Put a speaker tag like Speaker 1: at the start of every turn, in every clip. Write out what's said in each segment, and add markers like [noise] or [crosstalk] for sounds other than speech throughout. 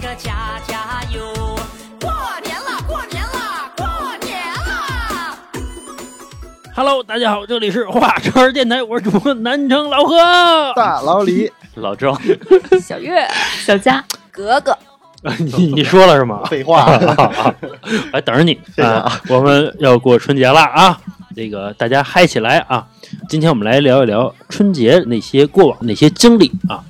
Speaker 1: 个家家有。过年了，过年了，过年了！
Speaker 2: Hello，大家好，这里是华车电台，我是主播南城老何。
Speaker 3: 大老李，
Speaker 4: 老郑，
Speaker 5: 小月、
Speaker 6: 小佳，
Speaker 5: 格格，
Speaker 2: 你你说了是
Speaker 3: [laughs]
Speaker 2: 吗？
Speaker 3: [laughs]
Speaker 2: 啊
Speaker 3: 废
Speaker 2: [laughs]
Speaker 3: 话，
Speaker 2: 还等着你
Speaker 3: 谢谢
Speaker 2: 啊！我们要过春节了啊，这个大家嗨起来啊！今天我们来聊一聊春节那些过往那些经历啊。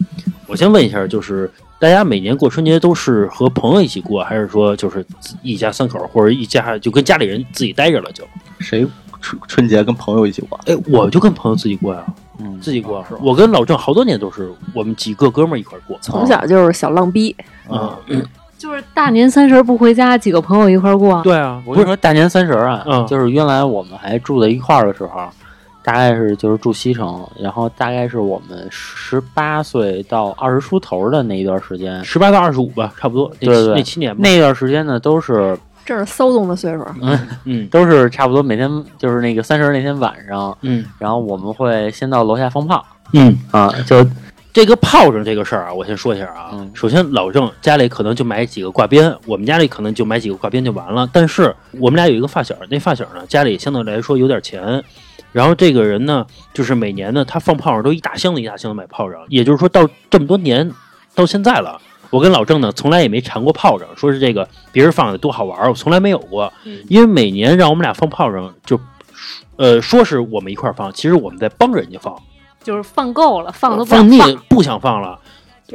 Speaker 2: 我先问一下，就是大家每年过春节都是和朋友一起过，还是说就是一家三口或者一家就跟家里人自己待着了就？
Speaker 3: 谁春春节跟朋友一起过？
Speaker 2: 哎，我就跟朋友自己过呀、
Speaker 3: 嗯
Speaker 2: 自己过。我跟老郑好多年都是我们几个哥们儿一块儿过
Speaker 5: 从小就是小浪逼，
Speaker 2: 啊
Speaker 3: 啊。
Speaker 4: 嗯
Speaker 6: 就是大年三十不回家，几个朋友一块儿过。
Speaker 2: 对啊，
Speaker 4: 我跟你说，大年三十
Speaker 2: 嗯
Speaker 4: 啊，就是原来我们还住在一块儿的时候，大概是就是住西城，然后大概是我们十八岁到二十出头的那一段时间，
Speaker 2: 十八到二十五吧，差不多那
Speaker 4: 对
Speaker 2: 七
Speaker 4: 对
Speaker 2: 那七年吧。
Speaker 4: 那段时间呢都是
Speaker 5: 正是骚动的岁数。
Speaker 2: 嗯
Speaker 4: 都是差不多每天就是那个三十那天晚上，
Speaker 2: 嗯
Speaker 4: 然后我们会先到楼下放炮
Speaker 2: 嗯，
Speaker 4: 啊，就
Speaker 2: 这个炮仗这个事儿啊，我先说一下啊。
Speaker 4: 嗯
Speaker 2: 首先，老郑家里可能就买几个挂鞭，我们家里可能就买几个挂鞭就完了。但是我们俩有一个发小，那发小呢家里相对来说有点钱，然后这个人呢，就是每年呢他放炮仗都一大箱子一大箱子买炮仗，也就是说到这么多年到现在了。我跟老郑呢，从来也没馋过炮仗，说是这个别人放的多好玩儿，我从来没有过。
Speaker 4: 嗯
Speaker 2: 因为每年让我们俩放炮仗，就呃说是我们一块儿放，其实我们在帮人家放。
Speaker 6: 就是放够了，放都不
Speaker 2: 放
Speaker 6: 想
Speaker 2: 腻
Speaker 6: 放。
Speaker 2: 了不想放了。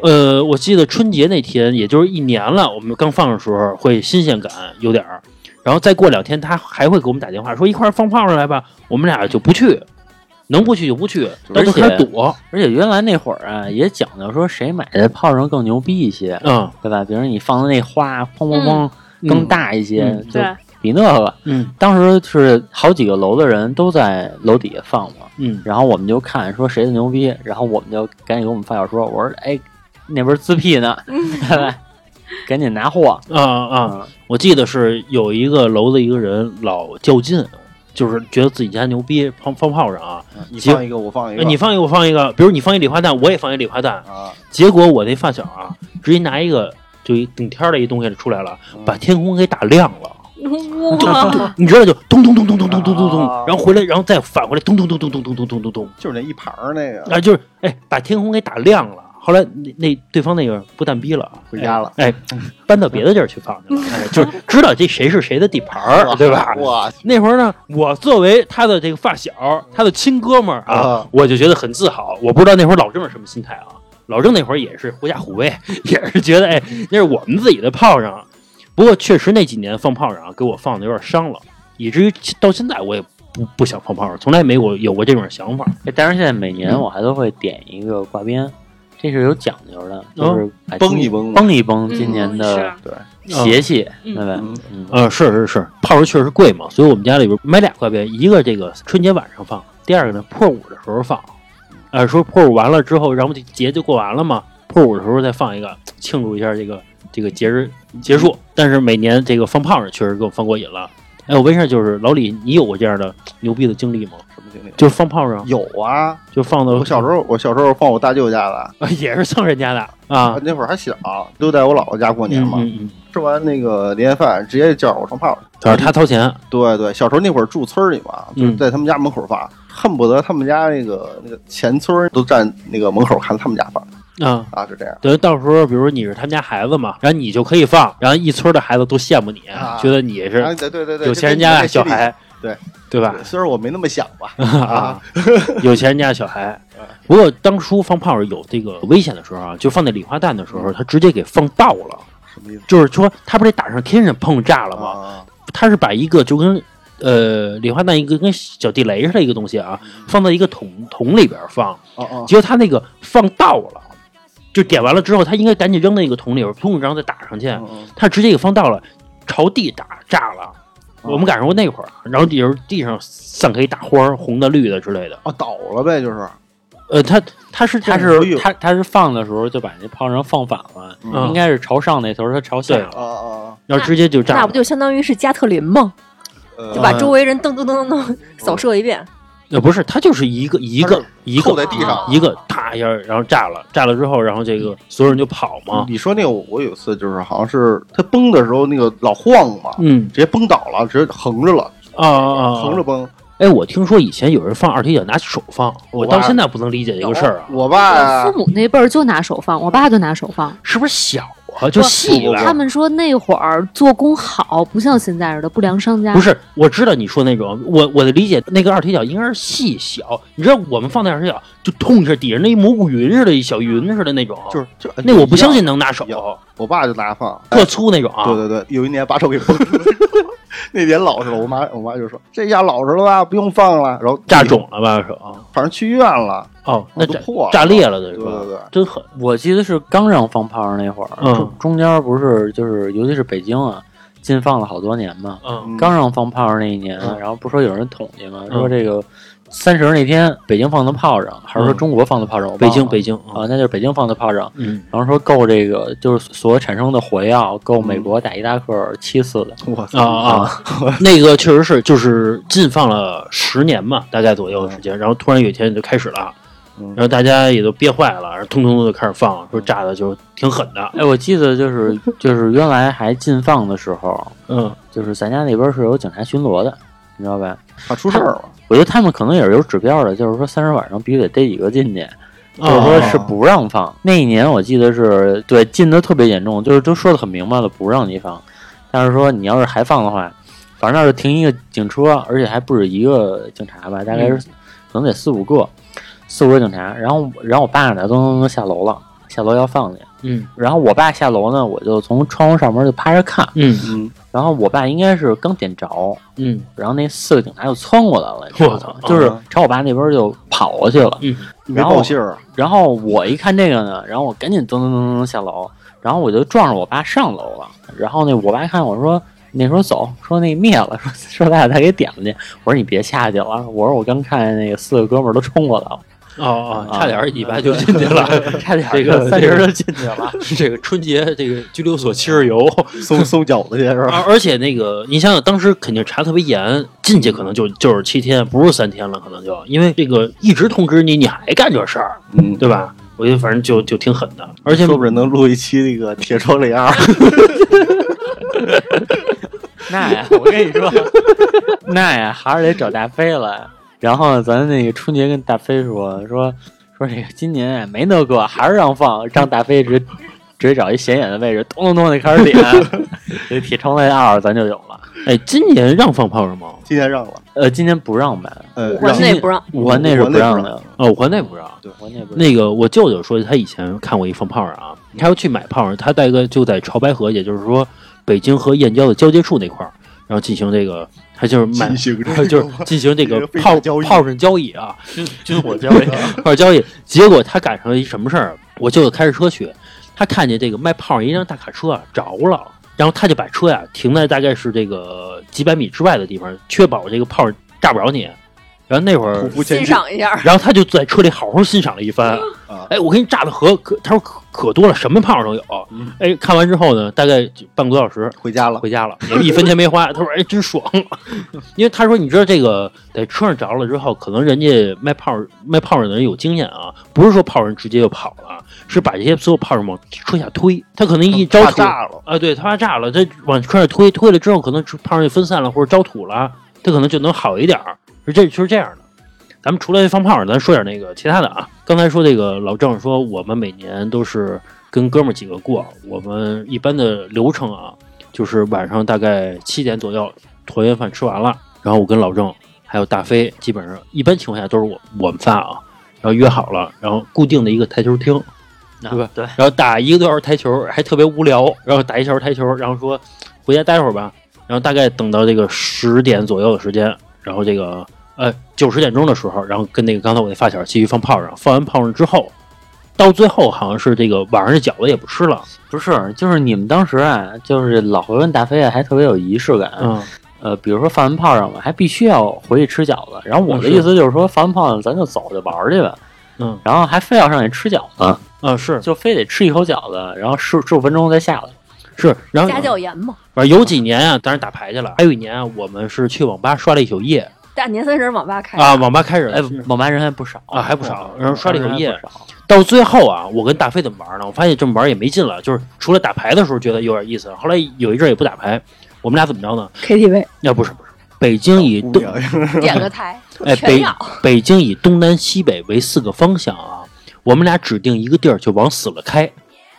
Speaker 2: 呃，我记得春节那天，也就是一年了，我们刚放的时候会新鲜感有点儿，然后再过两天他还会给我们打电话说一块儿放炮上来吧，我们俩就不去，能不去就不去，到
Speaker 4: 而
Speaker 2: 时候
Speaker 4: 且
Speaker 2: 开始躲，
Speaker 4: 而且原来那会儿啊也讲究说谁买的炮仗更牛逼一些，
Speaker 2: 嗯，
Speaker 4: 对吧？比如你放的那花砰砰砰
Speaker 2: 嗯
Speaker 4: 更大一些，
Speaker 2: 嗯
Speaker 4: 就
Speaker 6: 对，
Speaker 4: 比那个。
Speaker 2: 嗯
Speaker 4: 当时是好几个楼的人都在楼底下放嘛，
Speaker 2: 嗯，
Speaker 4: 然后我们就看说谁的牛逼，然后我们就赶紧给我们发小说，我说哎，那边自闭呢， [laughs] 对吧？赶紧拿货。
Speaker 2: 啊啊！
Speaker 4: 嗯
Speaker 2: 我记得是有一个楼的一个人老较劲，就是觉得自己家牛逼，放放炮仗啊，
Speaker 3: 你放一个，我放一
Speaker 2: 哎
Speaker 3: 个，
Speaker 2: 你放一个我放一个，比如你放一礼花弹，我也放一礼花弹，
Speaker 3: 啊，
Speaker 2: 结果我那发小啊，直接拿一个就一顶天儿的一东西出来了，
Speaker 3: 嗯
Speaker 2: 把天空给打亮了。
Speaker 6: 哇，
Speaker 2: 你知道就咚咚咚咚咚咚咚咚咚
Speaker 3: 啊，
Speaker 2: 然后回来，然后再返回来，咚咚咚咚咚咚咚咚咚咚，
Speaker 3: 就是那一盘儿那个，
Speaker 2: 啊，就是哎，把天空给打亮了。后来那那对方那个不但逼了啊，
Speaker 3: 回家了
Speaker 2: 哎，哎，搬到别的地儿去放去了，哎，就是知道这谁是谁的地盘儿，对吧？
Speaker 3: 哇，
Speaker 2: 那会儿呢，我作为他的这个发小，他的亲哥们儿啊，
Speaker 3: 啊
Speaker 2: 我就觉得很自豪。我不知道那会儿老郑是什么心态啊，老郑那会儿也是狐假虎威， [laughs] 也是觉得哎，那是我们自己的炮仗。不过确实那几年放炮仗啊给我放的有点伤了，以至于到现在我也不不想放炮仗，从来没有有过这种想法。
Speaker 4: 哎但是现在每年我还都会点一个挂鞭，这是有讲究的，就是把今
Speaker 3: 崩一崩嘛
Speaker 4: 崩一
Speaker 5: 嗯
Speaker 4: 崩今年的
Speaker 3: 对，
Speaker 4: 邪气，
Speaker 6: 嗯
Speaker 4: 对吧
Speaker 3: 嗯？
Speaker 4: 嗯
Speaker 2: 呃，是是是，炮儿确实贵嘛，所以我们家里边买俩挂鞭，一个这个春节晚上放，第二个呢破五的时候放。呃，说破五完了之后，然后这节就过完了嘛，破五的时候再放一个，庆祝一下这个这个节日结束。但是每年这个放炮仗确实给我放过瘾了。哎，我问一下，就是老李，你有过这样的牛逼的经历吗？
Speaker 3: 什么经历？
Speaker 2: 就是放炮仗，
Speaker 3: 有啊，
Speaker 2: 就放到
Speaker 3: 我小时候，我小时候放我大舅家的，
Speaker 2: 候 [laughs] 也是蹭人家的啊，
Speaker 3: 那会儿还小，都在我姥姥家过年嘛，
Speaker 2: 嗯嗯嗯，
Speaker 3: 吃完那个年夜饭，直接叫我放炮去。
Speaker 2: 但是他掏钱，
Speaker 3: 对对，小时候那会儿住村儿里嘛，就是
Speaker 2: 嗯
Speaker 3: 在他们家门口放，恨不得他们家那个那个前村儿都站那个门口看他们家放
Speaker 2: 啊，
Speaker 3: 啊，就这样。
Speaker 2: 等于到时候，比如说你是他们家孩子嘛，然后你就可以放，然后一村的孩子都羡慕你，
Speaker 3: 啊
Speaker 2: 觉得你
Speaker 3: 啊
Speaker 2: 是
Speaker 3: 对对对对，
Speaker 2: 有钱人
Speaker 3: 就跟
Speaker 2: 家
Speaker 3: 你
Speaker 2: 的
Speaker 3: 在心
Speaker 2: 小
Speaker 3: 里
Speaker 2: 孩，
Speaker 3: 对
Speaker 2: 对
Speaker 3: [laughs]
Speaker 2: 吧？
Speaker 3: 对虽然我没那么想
Speaker 2: [laughs]
Speaker 3: 吧，
Speaker 2: 啊，有钱人家的小孩。
Speaker 3: 啊
Speaker 2: 不过当初放炮有这个危险的时候啊，就放那礼花弹的时候，他直接给放爆了，
Speaker 3: 什么意思？
Speaker 2: 就是说他不是打上天上碰炸了吗？
Speaker 3: 啊，
Speaker 2: 它是把一个就跟呃礼花弹一个跟小地雷似的一个东西
Speaker 3: 嗯
Speaker 2: 啊，放到一个桶桶里边放，
Speaker 3: 哦哦，
Speaker 2: 结果他那个放到了，就点完了之后，他应该赶紧扔到那个桶里边，砰，然后再打上去。
Speaker 3: 嗯嗯
Speaker 2: 他直接给放到了，朝地打炸了。
Speaker 3: 哦
Speaker 2: 我们赶上过那会儿，然后比如地上散开一大花儿，红的、绿的之类的。
Speaker 3: 哦，倒了呗，就是
Speaker 2: 呃，他他是
Speaker 4: 他
Speaker 2: 他是
Speaker 4: 是他他是放的时候就把那炮仗放反了，
Speaker 2: 嗯
Speaker 4: 应该是朝上那头，他朝下
Speaker 2: 对
Speaker 4: 了。
Speaker 3: 啊啊，
Speaker 2: 要直接就炸了，
Speaker 5: 那不就相当于是加特林吗？
Speaker 3: 呃
Speaker 5: 就把
Speaker 2: 嗯
Speaker 5: 周围人噔噔噔噔噔扫射一遍，
Speaker 2: 呃，不是，它就是一个一个
Speaker 3: 它是
Speaker 2: 一个
Speaker 3: 扣在地
Speaker 6: 上
Speaker 2: 一个啪一下，然后炸了，炸了之后，然后这个所有人就跑嘛，
Speaker 3: 你说那个，我我有一次就是好像是它崩的时候，那个老晃嘛，
Speaker 2: 嗯
Speaker 3: 直接崩倒了，直接横着了，
Speaker 2: 啊啊啊，
Speaker 3: 横着崩。
Speaker 2: 哎，我听说以前有人放二踢脚拿手放，我
Speaker 3: 我
Speaker 2: 到
Speaker 3: 爸
Speaker 2: 现在不能理解这个事儿啊，
Speaker 3: 我爸
Speaker 6: 我
Speaker 3: 呀
Speaker 6: 父母那辈儿就拿手放，我爸就拿手放。
Speaker 2: 是不是小啊就细
Speaker 3: 不
Speaker 2: 了？
Speaker 6: 他们说那会儿做工好，不像现在似的不良商家。
Speaker 2: 不是，我知道你说那种，我我的理解，那个二踢脚应该是细小，你知道我们放那二踢脚就痛一下，底下那一蘑菇云似的，一小云似的那种，
Speaker 3: 就是就
Speaker 2: 那我不相，信
Speaker 3: 一样
Speaker 2: 能拿手，
Speaker 3: 有我爸就拿放。
Speaker 2: 特粗那种啊，
Speaker 3: 对对对，有一年把手给崩了， [laughs] 那年老实了，我妈我妈就说这下老实了吧，不用放了，然后
Speaker 2: 炸，肿了吧手？
Speaker 3: 反正去医院了，
Speaker 2: 哦，那
Speaker 3: 都
Speaker 2: 炸
Speaker 3: 破了
Speaker 2: 炸裂了的是
Speaker 3: 对
Speaker 2: 吧？
Speaker 3: 对对
Speaker 2: 真狠，
Speaker 4: 我记得是刚让放炮那会儿，
Speaker 2: 嗯
Speaker 4: 中中间不是就是尤其是北京啊，禁放了好多年嘛。
Speaker 2: 嗯
Speaker 3: 嗯
Speaker 4: 刚让放炮那一年，
Speaker 2: 嗯
Speaker 4: 然后不说有人统计嘛，
Speaker 2: 嗯
Speaker 4: 说这个三十那天北京放的炮仗，还是说
Speaker 2: 嗯
Speaker 4: 中国放的炮仗？我忘了
Speaker 2: 北京北京啊，
Speaker 4: 啊，那就是北京放的炮仗。
Speaker 2: 嗯，
Speaker 4: 然后说够这个，就是所产生的火药够
Speaker 2: 嗯
Speaker 4: 美国打伊拉克七次的，
Speaker 3: 我
Speaker 2: 啊
Speaker 3: 操，
Speaker 2: 啊，那个确实是，就是禁放了十年嘛，大概左右的时间，然后突然有一天就开始了，
Speaker 3: 嗯
Speaker 2: 然后大家也都憋坏了，然后通通都开始放，说炸的就挺狠的，
Speaker 4: 哎，我记得就是就是原来还禁放的时候，
Speaker 2: 嗯，
Speaker 4: 就是咱家那边是有警察巡逻的，你知道吧？
Speaker 3: 怕出事儿了，
Speaker 4: 我觉得他们可能也是有指标的，就是说三十晚上必须得逮几个进去，就是说
Speaker 2: 啊
Speaker 4: 是不让放。那一年我记得是对禁的特别严重，就是都说的很明白了，不让你放。但是说你要是还放的话，反正那儿就停一个警车，而且还不止一个警察吧，大概是、可能得四五个，四五个警察。然后然后我爸呢，咚咚咚下楼了，下楼要放去。
Speaker 2: 嗯
Speaker 4: 然后我爸下楼呢，我就从窗户上面就趴着看。
Speaker 2: 嗯
Speaker 3: 嗯，
Speaker 4: 然后我爸应该是刚点着，
Speaker 2: 嗯
Speaker 4: 然后那四个警察就窜过来了，你知道吗
Speaker 2: 我操
Speaker 4: 就是
Speaker 3: 啊
Speaker 4: 朝我爸那边就跑过去了。
Speaker 2: 嗯，
Speaker 3: 没
Speaker 4: 然后
Speaker 3: 报信儿啊，
Speaker 4: 然后我一看这个呢，然后我赶紧噔噔噔噔噔下楼，然后我就撞着我爸上楼了。然后那我爸看我说，那时候走，说那灭了，说 [laughs] 说咱俩再给点了去。我说你别下去了，我说我刚看见那个四个哥们儿都冲过来了，
Speaker 2: 哦哦，差点儿一百
Speaker 4: 啊
Speaker 2: 就进去了。
Speaker 4: [laughs] 差点
Speaker 2: [laughs] 这个
Speaker 4: 三
Speaker 2: 这
Speaker 4: 十
Speaker 2: 个
Speaker 4: 就进去了。
Speaker 2: 这个春节这个拘留所七日游，
Speaker 3: 送送饺子去是吧？
Speaker 2: [laughs] 而而且那个你想想，当时肯定查特别严，进去可能就就是七天，不是三天了，可能就因为这个一直通知你，你还干这事儿，
Speaker 3: 嗯，
Speaker 2: 对吧？我觉得反正就就挺狠的，而且
Speaker 3: 说不准能录一期那个铁窗帘儿，
Speaker 4: [laughs] 那呀，我跟你说，那呀还是得找大飞来。然后咱那个春节跟大飞说说说这个今年也没那个，还是让放，让大飞直直接找一显眼的位置，咚咚咚就开始点，
Speaker 2: [laughs]
Speaker 4: 这铁窗帘二咱就有了。
Speaker 2: 哎，今年让放炮是吗？
Speaker 3: 今天让了，
Speaker 4: 呃，今年不让吧？
Speaker 3: 呃，
Speaker 5: 我
Speaker 3: 让
Speaker 5: 那也不让，
Speaker 4: 武汉那是
Speaker 3: 我
Speaker 4: 不
Speaker 3: 那
Speaker 4: 让
Speaker 3: 不
Speaker 4: 的，
Speaker 2: 哦，国内不让。
Speaker 4: 我那不让。
Speaker 2: 那个我舅舅说，他以前看过一放炮儿啊，他要去买炮儿，他大概就在潮白河，也就是说北京和燕郊的交界处那块儿，然后进行这个，他就是买
Speaker 3: 进，行这
Speaker 2: 他 [laughs]
Speaker 3: 个
Speaker 2: 就是进行这个
Speaker 3: 这个非法
Speaker 2: 炮
Speaker 3: 交易
Speaker 2: 炮上交易啊，
Speaker 4: 军火交易，
Speaker 2: 炮上交易。结果他赶上了一什么事儿？我舅舅开着车去，他看见这个卖炮儿一辆大卡车啊着了。然后他就把车呀、停在大概是这个几百米之外的地方，确保这个炮儿炸不着你。然后那会儿
Speaker 3: 匍匐前
Speaker 5: 欣
Speaker 3: 进
Speaker 5: 赏一下，
Speaker 2: 然后他就在车里好好欣赏了一番。
Speaker 3: 啊，
Speaker 2: 哎，我给你炸的可可，他说可可多了，什么炮都有。哎，看完之后呢，大概就半个多小时
Speaker 3: 回家了，
Speaker 2: 回家了，也一分钱没花。他说哎，真爽， [laughs] 因为他说你知道这个在车上着了之后，可能人家卖炮卖炮仗的人有经验啊，不是说炮人直接就跑了，是把这些所有炮仗往车下推，他可能一招
Speaker 3: 怕
Speaker 2: 土
Speaker 3: 炸了，
Speaker 2: 啊，对，他怕炸了，他往车上推，推了之后可能炮上就分散了或者招土了，他可能就能好一点儿。是这就是这样的。咱们除了放炮，咱说点那个其他的啊。刚才说这个老郑说，我们每年都是跟哥们儿几个过，我们一般的流程啊，就是晚上大概七点左右，团圆饭吃完了，然后我跟老郑还有大飞，基本上一般情况下都是我我们仨啊，然后约好了，然后固定的一个台球厅，对吧？
Speaker 4: 对，
Speaker 2: 然后打一个多小时台球，还特别无聊，然后打一小时台球，然后说回家待会儿吧，然后大概等到这个十点左右的时间，然后这个呃九十点钟的时候，然后跟那个刚才我那发小继续放炮仗，放完炮仗之后，到最后好像是这个晚上这饺子也不吃了，
Speaker 4: 不是，就是你们当时啊，就是老回跟大飞啊，还特别有仪式感。
Speaker 2: 嗯，
Speaker 4: 呃，比如说放完炮仗嘛，还必须要回去吃饺子。然后我
Speaker 2: 嗯是
Speaker 4: 的意思就是说，放完炮仗咱就走就玩儿去吧。
Speaker 2: 嗯
Speaker 4: 然后还非要上去吃饺子，
Speaker 2: 啊是
Speaker 4: 就非得吃一口饺子，然后十十五分钟再下来。
Speaker 2: 是，然后
Speaker 5: 家教严嘛，
Speaker 2: 反正有几年啊，当然打牌去了，还有一年啊，我们是去网吧刷了一宿夜，
Speaker 5: 大年三十网吧开
Speaker 2: 啊，网吧开始
Speaker 4: 哎
Speaker 2: 了，是，
Speaker 4: 网吧人还不少
Speaker 2: 啊还不少然后刷了一口夜
Speaker 4: 还不少
Speaker 2: 到最后啊，我跟大飞怎么玩呢？我发现这么玩也没劲了，就是除了打牌的时候觉得有点意思，后来有一阵儿也不打牌。我们俩怎么着呢？
Speaker 5: KTV，
Speaker 2: 要不是不是，北京以
Speaker 3: 姑 [laughs]
Speaker 2: 东
Speaker 3: 娘
Speaker 5: 点个台，
Speaker 2: 哎
Speaker 5: 全
Speaker 2: 北
Speaker 5: 要。
Speaker 2: 北京以东南西北为四个方向啊，我们俩指定一个地儿就往死了开，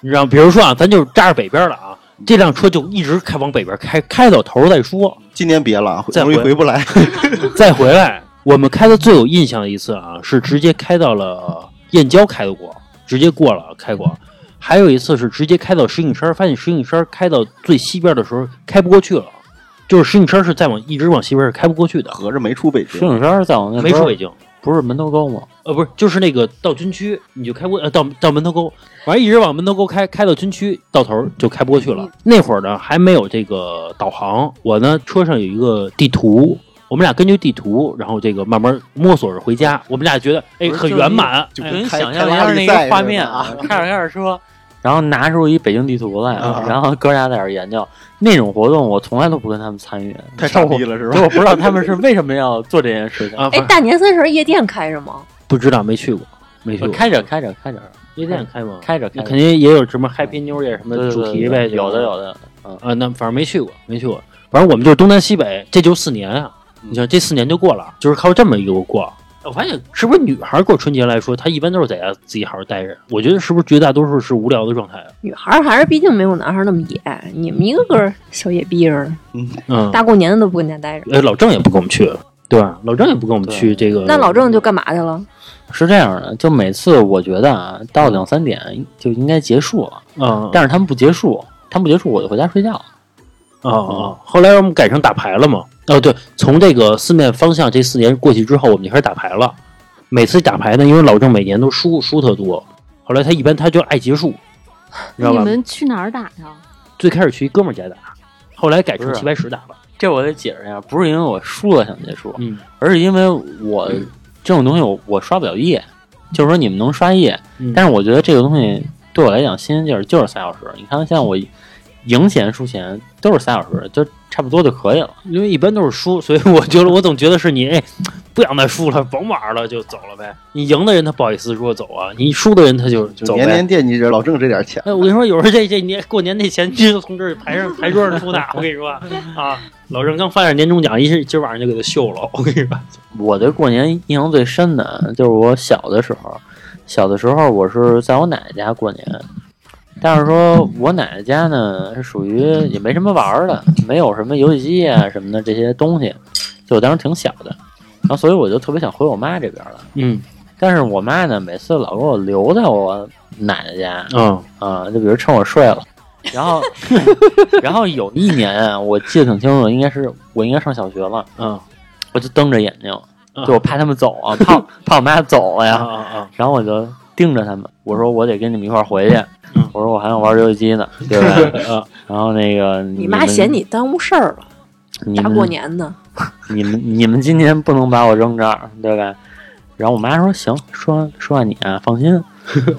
Speaker 2: 你知道，比如说啊，咱就扎着北边了啊，这辆车就一直开往北边开，开到头儿再说。
Speaker 3: 今年别了，啊
Speaker 2: 再
Speaker 3: 容易
Speaker 2: 回
Speaker 3: 回不来。
Speaker 2: [laughs] 再回来，我们开的最有印象的一次啊，是直接开到了呃燕郊开的过，直接过了开过。还有一次是直接开到石景山，发现石景山开到最西边的时候开不过去了，就是石景山是再往一直往西边是开不过去的，
Speaker 3: 合着没出北
Speaker 4: 石
Speaker 3: 京，
Speaker 4: 景山在我那
Speaker 2: 没
Speaker 4: 边
Speaker 2: 出
Speaker 4: 儿
Speaker 2: 北京。
Speaker 4: 不是门头沟吗？
Speaker 2: 呃，不是，就是那个到军区你就开过，呃，到到门头沟，完一直往门头沟开，开到军区，到头儿就开不过去了。那会儿呢还没有这个导航，我呢车上有一个地图，我们俩根据地图，然后这个慢慢摸索着回家。我们俩觉得哎
Speaker 4: 不是
Speaker 2: 很
Speaker 4: 就是
Speaker 2: 圆满，
Speaker 3: 就
Speaker 4: 哎
Speaker 3: 跟
Speaker 4: 你
Speaker 3: 开
Speaker 4: 想
Speaker 3: 开
Speaker 4: 象一
Speaker 3: 拉
Speaker 4: 下
Speaker 3: 力
Speaker 4: 那
Speaker 3: 赛
Speaker 4: 个画
Speaker 3: 似的
Speaker 4: 面啊，开着开着车， [laughs] 然后拿出一北京地图来，
Speaker 3: 啊
Speaker 4: 然后哥俩在这儿研究那种活动，我从来都不跟他们参与，
Speaker 3: 太傻逼了是
Speaker 4: 就
Speaker 3: 吧？
Speaker 4: 我不知道他们是为什么要做这件事情。
Speaker 2: 啊，
Speaker 5: 哎，大年三十夜店开着吗？
Speaker 2: 不知道没去过，没去过。
Speaker 4: 哦开着开着开着
Speaker 2: 夜店开吗？
Speaker 4: 开着开
Speaker 2: 那
Speaker 4: 着，
Speaker 2: 肯定也有什么 Happy New Year 什么
Speaker 4: 对对
Speaker 2: 主
Speaker 4: 对
Speaker 2: 题
Speaker 4: 对
Speaker 2: 呗，
Speaker 4: 对有的有
Speaker 2: 的。
Speaker 4: 的，嗯，
Speaker 2: 啊，那反正没去过，没去过。反正我们就是东南西北，这就四年啊。你想这四年就过了，就是靠这么一个过。哎我发现是不是女孩过春节来说，她一般都是在家自己好好待着。我觉得是不是绝大多数是无聊的状态啊？
Speaker 5: 女孩儿还是毕竟没有男孩儿那么野，你们一个个小野逼似的，
Speaker 2: 嗯，
Speaker 5: 大过年的都不跟家待着。
Speaker 2: 哎，老郑也不跟我们去，对吧？老郑也不跟我们去这个。
Speaker 5: 那老郑就干嘛去了？
Speaker 4: 是这样的，就每次我觉得啊，到两三点就应该结束了，
Speaker 2: 啊
Speaker 4: 但是他们不结束，他们不结束我就回家睡觉了。
Speaker 2: 啊啊！后来我们改成打牌了嘛？哦，对，从这个四面方向这四年过去之后，我们就开始打牌了。每次打牌呢，因为老郑每年都输输特多，后来他一般他就爱结束，知道
Speaker 6: 你
Speaker 2: 吧？
Speaker 6: 们去哪儿打呀？
Speaker 2: 最开始去一哥们儿家打，后来改成
Speaker 4: 不是
Speaker 2: 齐白石打了。
Speaker 4: 这我得解释一下，不是因为我输了想结束，
Speaker 2: 嗯
Speaker 4: 而是因为我这种东西我我刷不了夜，就是说你们能刷夜，
Speaker 2: 嗯
Speaker 4: 但是我觉得这个东西对我来讲新鲜劲儿就是仨小时。你看，像我赢钱输钱都是仨小时，就差不多就可以了。
Speaker 2: 因为一般都是输， [laughs] 所以我觉得我总觉得是你，哎，不想再输了，甭玩了就走了呗。你赢的人他不好意思说走啊，你输的人他就
Speaker 3: 就
Speaker 2: 走呗。
Speaker 3: 年年惦记着老郑这点钱，
Speaker 2: [laughs] 哎，我跟你说，有时候这这年过年那钱就从这儿牌 [laughs] 上牌桌上出的，我跟你 [laughs] 说啊，老郑刚发点年终奖，一是今儿晚上就给他秀了，我跟你说，
Speaker 4: 我对过年印象最深的就是我小的时候，小的时候我是在我奶奶家过年，但是说我奶奶家呢是属于也没什么玩儿的，没有什么游戏机啊什么的这些东西，就我当时挺小的，然后所以我就特别想回我妈这边了。
Speaker 2: 嗯
Speaker 4: 但是我妈呢，每次老给我留在我奶奶家
Speaker 2: 啊
Speaker 4: 啊、就比如趁我睡了，然后， [laughs] 然后有一年啊我记得挺清楚，应该是我应该上小学了，
Speaker 2: 啊
Speaker 4: 我就瞪着眼睛，就我怕他们走啊，怕
Speaker 2: [laughs]
Speaker 4: 怕我妈走了
Speaker 2: 啊
Speaker 4: 呀，
Speaker 2: 啊
Speaker 4: 然后我就盯着他们，我说我得跟你们一块儿回去
Speaker 2: 嗯，
Speaker 4: 我说我还想玩游戏机呢，对不对？
Speaker 2: [laughs] 啊！
Speaker 4: 然后那个你
Speaker 5: 你妈
Speaker 4: 们
Speaker 5: 嫌你耽误事儿了，
Speaker 4: 你
Speaker 5: 大
Speaker 4: 们
Speaker 5: 过年的。
Speaker 4: 你们你们今天不能把我扔这儿，对吧？然后我妈说行，说说你啊，
Speaker 2: [laughs]
Speaker 4: 放心，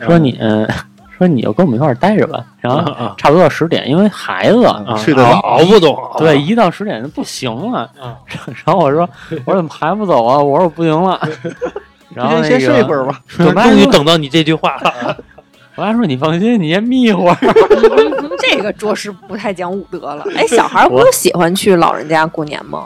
Speaker 4: 说你、嗯 [laughs] 说你就跟我们一块儿待着吧。然后
Speaker 2: 啊
Speaker 4: 差不多到十点，因为孩子、
Speaker 2: 啊！
Speaker 3: 睡得早
Speaker 2: 熬不懂，
Speaker 4: 对一到十点就不行了。
Speaker 2: 啊
Speaker 4: [laughs] 然后我说我怎么还不走啊？我说我不行了。然后、那个、
Speaker 3: 先先睡会儿。吧。
Speaker 2: [laughs] 终于等到你这句话了。
Speaker 4: 我妈说你放心，你先眯会儿。
Speaker 5: [laughs] 这个着实不太讲武德了。哎，小孩儿不都喜欢去老人家过年吗？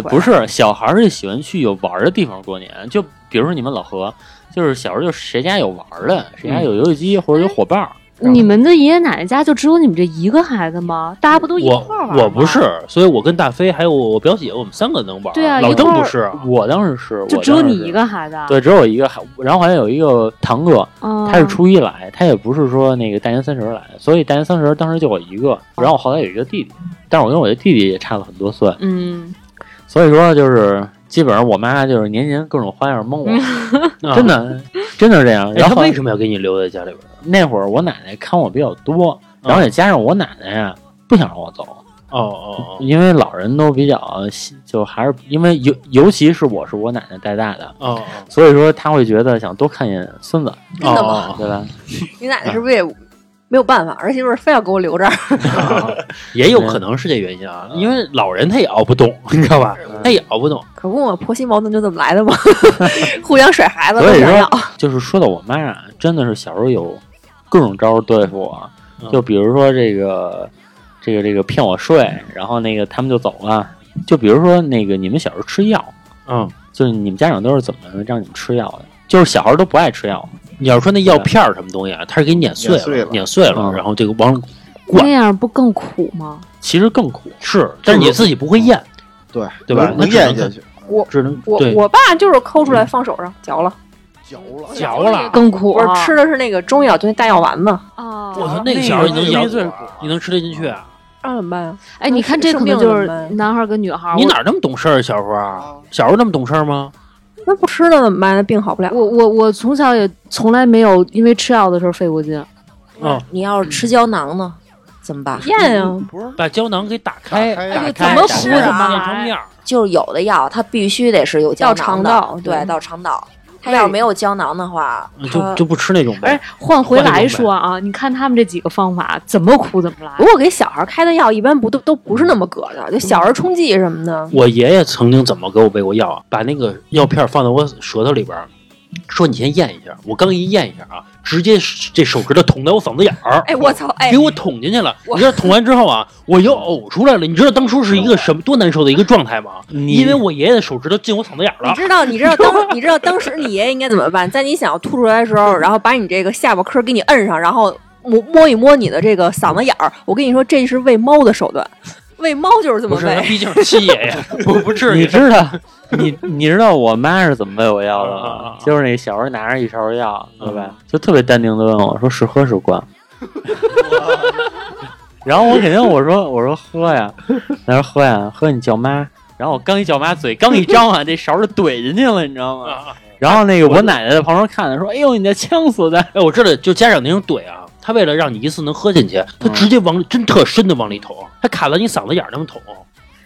Speaker 5: 乖乖
Speaker 4: 不是，小孩儿就喜欢去有玩儿的地方过年，就比如说你们老何，就是小时候就谁家有玩儿的，谁家有游戏机或者有伙伴儿。
Speaker 6: 你们的爷爷奶奶家就只有你们这一个孩子吗？大家不都一块儿玩
Speaker 2: [laughs] 我
Speaker 6: 吗
Speaker 2: 我不是，，所以我跟大飞还有我表姐，我们三个能玩。
Speaker 6: 对啊
Speaker 2: 老
Speaker 6: 一
Speaker 2: 郑
Speaker 6: 块儿
Speaker 2: 不是啊，
Speaker 4: 我当时是，
Speaker 6: 就
Speaker 4: 我
Speaker 6: 只有
Speaker 4: 当时
Speaker 6: 你
Speaker 4: 是
Speaker 6: 一，个孩子啊。
Speaker 4: 对，只有我一个，还然后好像有一个堂哥，
Speaker 6: 嗯，
Speaker 4: 他是初一来，他也不是说那个大年三十来，所以大年三十当时就我一个，
Speaker 6: 哦
Speaker 4: 然后我后来有一个弟弟，但是我跟我的弟弟也差了很多岁，
Speaker 6: 嗯，
Speaker 4: 所以说就是基本上我妈就是年年各种花样蒙
Speaker 6: 嗯
Speaker 4: 我，真的真的是这样。
Speaker 2: 啊哎。
Speaker 4: 然
Speaker 2: 他
Speaker 4: 后后来
Speaker 2: 为什么要给你留在家里边？
Speaker 4: 那会儿我奶奶看我比较多，
Speaker 2: 嗯
Speaker 4: 然后也加上我奶奶呀不想让我走，
Speaker 2: 哦哦
Speaker 4: 因为老人都比较喜就还是因为尤尤其是我是我奶奶带大的，
Speaker 2: [laughs] 哦哦
Speaker 4: 所以说她会觉得想多看一眼孙子，
Speaker 2: 哦
Speaker 5: 真的吗？
Speaker 4: 对吧？
Speaker 5: 你奶奶是为没有办法，儿媳妇儿非要给我留这儿， [laughs]
Speaker 2: 也有可能是这原因啊，因为老人他也熬不动，你知道吧？他也熬不动。
Speaker 5: 可不嘛，婆媳矛盾就这么来的嘛， [laughs] 互相甩孩子，
Speaker 4: 所以
Speaker 5: 互相
Speaker 4: 说
Speaker 5: 咬，
Speaker 4: 就是说到我妈啊，真的是小时候有各种招儿对付我
Speaker 2: 嗯，
Speaker 4: 就比如说这个这个这个骗我睡，然后那个他们就走了。就比如说那个你们小时候吃药，
Speaker 2: 嗯，
Speaker 4: 就是你们家长都是怎么让你们吃药的？就是小孩儿都不爱吃药，
Speaker 2: 你要说那药片儿什么东西啊，他是给你碾碎
Speaker 3: 碾碎
Speaker 2: 了，
Speaker 3: 了
Speaker 2: 碾碎了，
Speaker 4: 嗯
Speaker 2: 然后这个往灌
Speaker 6: 那样不更苦吗？
Speaker 4: 其实更苦。
Speaker 2: 是，但是你自己不会咽，
Speaker 3: 对
Speaker 2: 对吧
Speaker 3: 能
Speaker 2: 那只能
Speaker 3: 咽下去，
Speaker 2: 只能
Speaker 5: 我
Speaker 2: 对
Speaker 5: 我爸就是抠
Speaker 4: 嗯
Speaker 5: 出来放手上嚼了，
Speaker 3: 嚼了
Speaker 2: 嚼了。
Speaker 6: 更苦
Speaker 5: 我
Speaker 6: 啊。
Speaker 5: 是吃的是那个中药，就那大药丸子，
Speaker 6: 啊！
Speaker 2: 我操，那个小孩你能咬
Speaker 4: 那个最，
Speaker 2: 你能吃得进去啊？
Speaker 5: 那怎么办啊？
Speaker 6: 哎，你看这可能就是男孩跟女孩。
Speaker 2: 你哪儿那么懂事儿？小时候啊，小时候那么懂事儿吗？
Speaker 5: 那不吃了怎么办？那病好不了。
Speaker 6: 我我我从小也从来没有因为吃药的时候费过劲。
Speaker 2: 嗯，
Speaker 7: 你要是吃胶囊呢，怎么办？
Speaker 5: 咽啊呀，
Speaker 3: 不是
Speaker 2: 把胶囊给打开，
Speaker 3: 打开
Speaker 2: 打
Speaker 3: 哎
Speaker 2: 开，打
Speaker 3: 呦
Speaker 6: 怎么
Speaker 2: 开
Speaker 6: 糊
Speaker 2: 打开
Speaker 7: 怎么
Speaker 2: 变成
Speaker 6: 来
Speaker 2: 面儿。
Speaker 7: 就是有的药它必须得是有胶
Speaker 5: 到
Speaker 7: 囊
Speaker 5: 肠道
Speaker 7: 的，
Speaker 5: 对
Speaker 7: 对，到肠道。它要是没有胶囊的话，
Speaker 2: 嗯
Speaker 7: 它
Speaker 2: 就就不吃那种呗
Speaker 6: 哎。，换回来说啊，你看他们这几个方法，怎么苦怎么来
Speaker 2: 哦
Speaker 5: 不。过给小孩开的药一般不都都不是那么搁的，就小儿冲剂什么的，
Speaker 2: 我爷爷曾经怎么给我喂过药啊？把那个药片放到我舌头里边儿，说你先咽一下。我刚一咽一下啊，直接这手指头捅在我嗓子眼儿。
Speaker 5: 哎我操哎
Speaker 2: 给我捅进去了。
Speaker 5: 我
Speaker 2: 你知道捅完之后啊，我又呕出来了。你知道当初是一个什么多难受的一个状态吗？
Speaker 4: 你
Speaker 2: 因为我爷爷的手指头进我嗓子眼儿
Speaker 5: 你
Speaker 2: 了。
Speaker 5: 知道，你知道当，你知道当时你爷爷应该怎么办？在你想要吐出来的时候，然后把你这个下巴颏给你摁上，然后摸摸一摸你的这个嗓子眼儿。我跟你说，这是喂猫的手段，喂猫就是这么
Speaker 2: 不是，那
Speaker 5: 喂。
Speaker 2: 毕竟是七爷爷， [laughs] 不不至
Speaker 4: 你
Speaker 2: 于。
Speaker 4: 知道，你你知道我妈是怎么喂我药的
Speaker 2: 啊啊啊嗯
Speaker 4: 吗
Speaker 2: 啊？
Speaker 4: 就是那小时候拿着一勺药，对吧？就特别淡定的问我说：“是喝是灌？” [laughs] 然后我肯定我说我说喝呀，她说喝呀，喝你叫妈。然后我刚一叫妈，嘴刚一张啊，这勺就怼进去了，你知道吗？
Speaker 2: 啊
Speaker 4: 然后那个我奶奶在旁边看着说：“哎呦，你这呛死的
Speaker 2: 哎，我知道，就家长那种怼啊，他为了让你一次能喝进去，他直接往真特深的往里捅，他卡到你嗓子眼儿那么捅，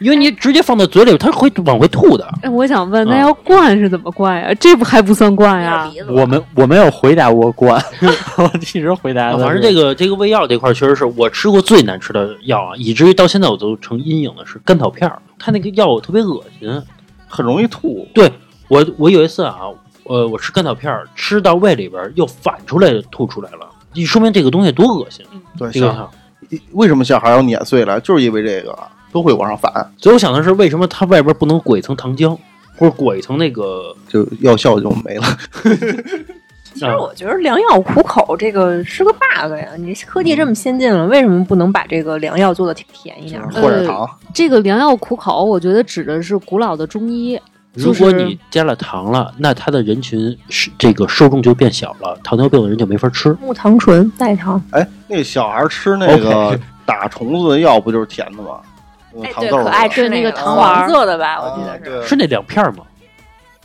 Speaker 2: 因为你直接放在嘴里，他会往回吐的。
Speaker 6: 哎，我想问，
Speaker 2: 嗯
Speaker 6: 那要灌是怎么灌呀？这不还不算灌
Speaker 7: 要
Speaker 6: 呀
Speaker 7: 是？鼻！”子
Speaker 4: 我没我没有回答过灌， [laughs] 我一直回答
Speaker 2: 啊
Speaker 4: 的是。
Speaker 2: 反正这个这个胃药这块，确实是我吃过最难吃的药啊，以至于到现在我都成阴影了，是甘草片儿。它那个药我特别恶心，啊
Speaker 3: 很容易吐，
Speaker 2: 对我我有一次啊，呃，我吃甘草片儿，吃到胃里边儿又反出来吐出来了，你说明这个东西多恶心。
Speaker 3: 对，
Speaker 2: 这个
Speaker 3: 小为什么小孩要碾碎了？就是因为这个都会往上反，
Speaker 2: 所以我想的是，为什么它外边儿不能裹一层糖浆，或者裹一层那个？
Speaker 3: 就药效就没了。
Speaker 5: 其实我觉得良药苦口这个是个 bug 呀，你科技这么先进了，为什么不能把这个良药做的挺甜一点儿？
Speaker 3: 或
Speaker 2: 呃
Speaker 3: 者糖，
Speaker 6: 这个良药苦口，我觉得指的是古老的中医。
Speaker 2: 如果你加了糖了，那它的人群是这个受众就变小了，糖尿病的人就没法吃。
Speaker 5: 木糖醇、代糖，
Speaker 3: 哎，那个小孩吃那个打虫子的药不就是甜的吗？
Speaker 5: 哎
Speaker 3: 那个糖豆儿的
Speaker 6: 吃那个糖丸儿
Speaker 5: 黄色的吧？我记
Speaker 3: 啊
Speaker 5: 得是。
Speaker 3: 对
Speaker 2: 是那两片儿吗？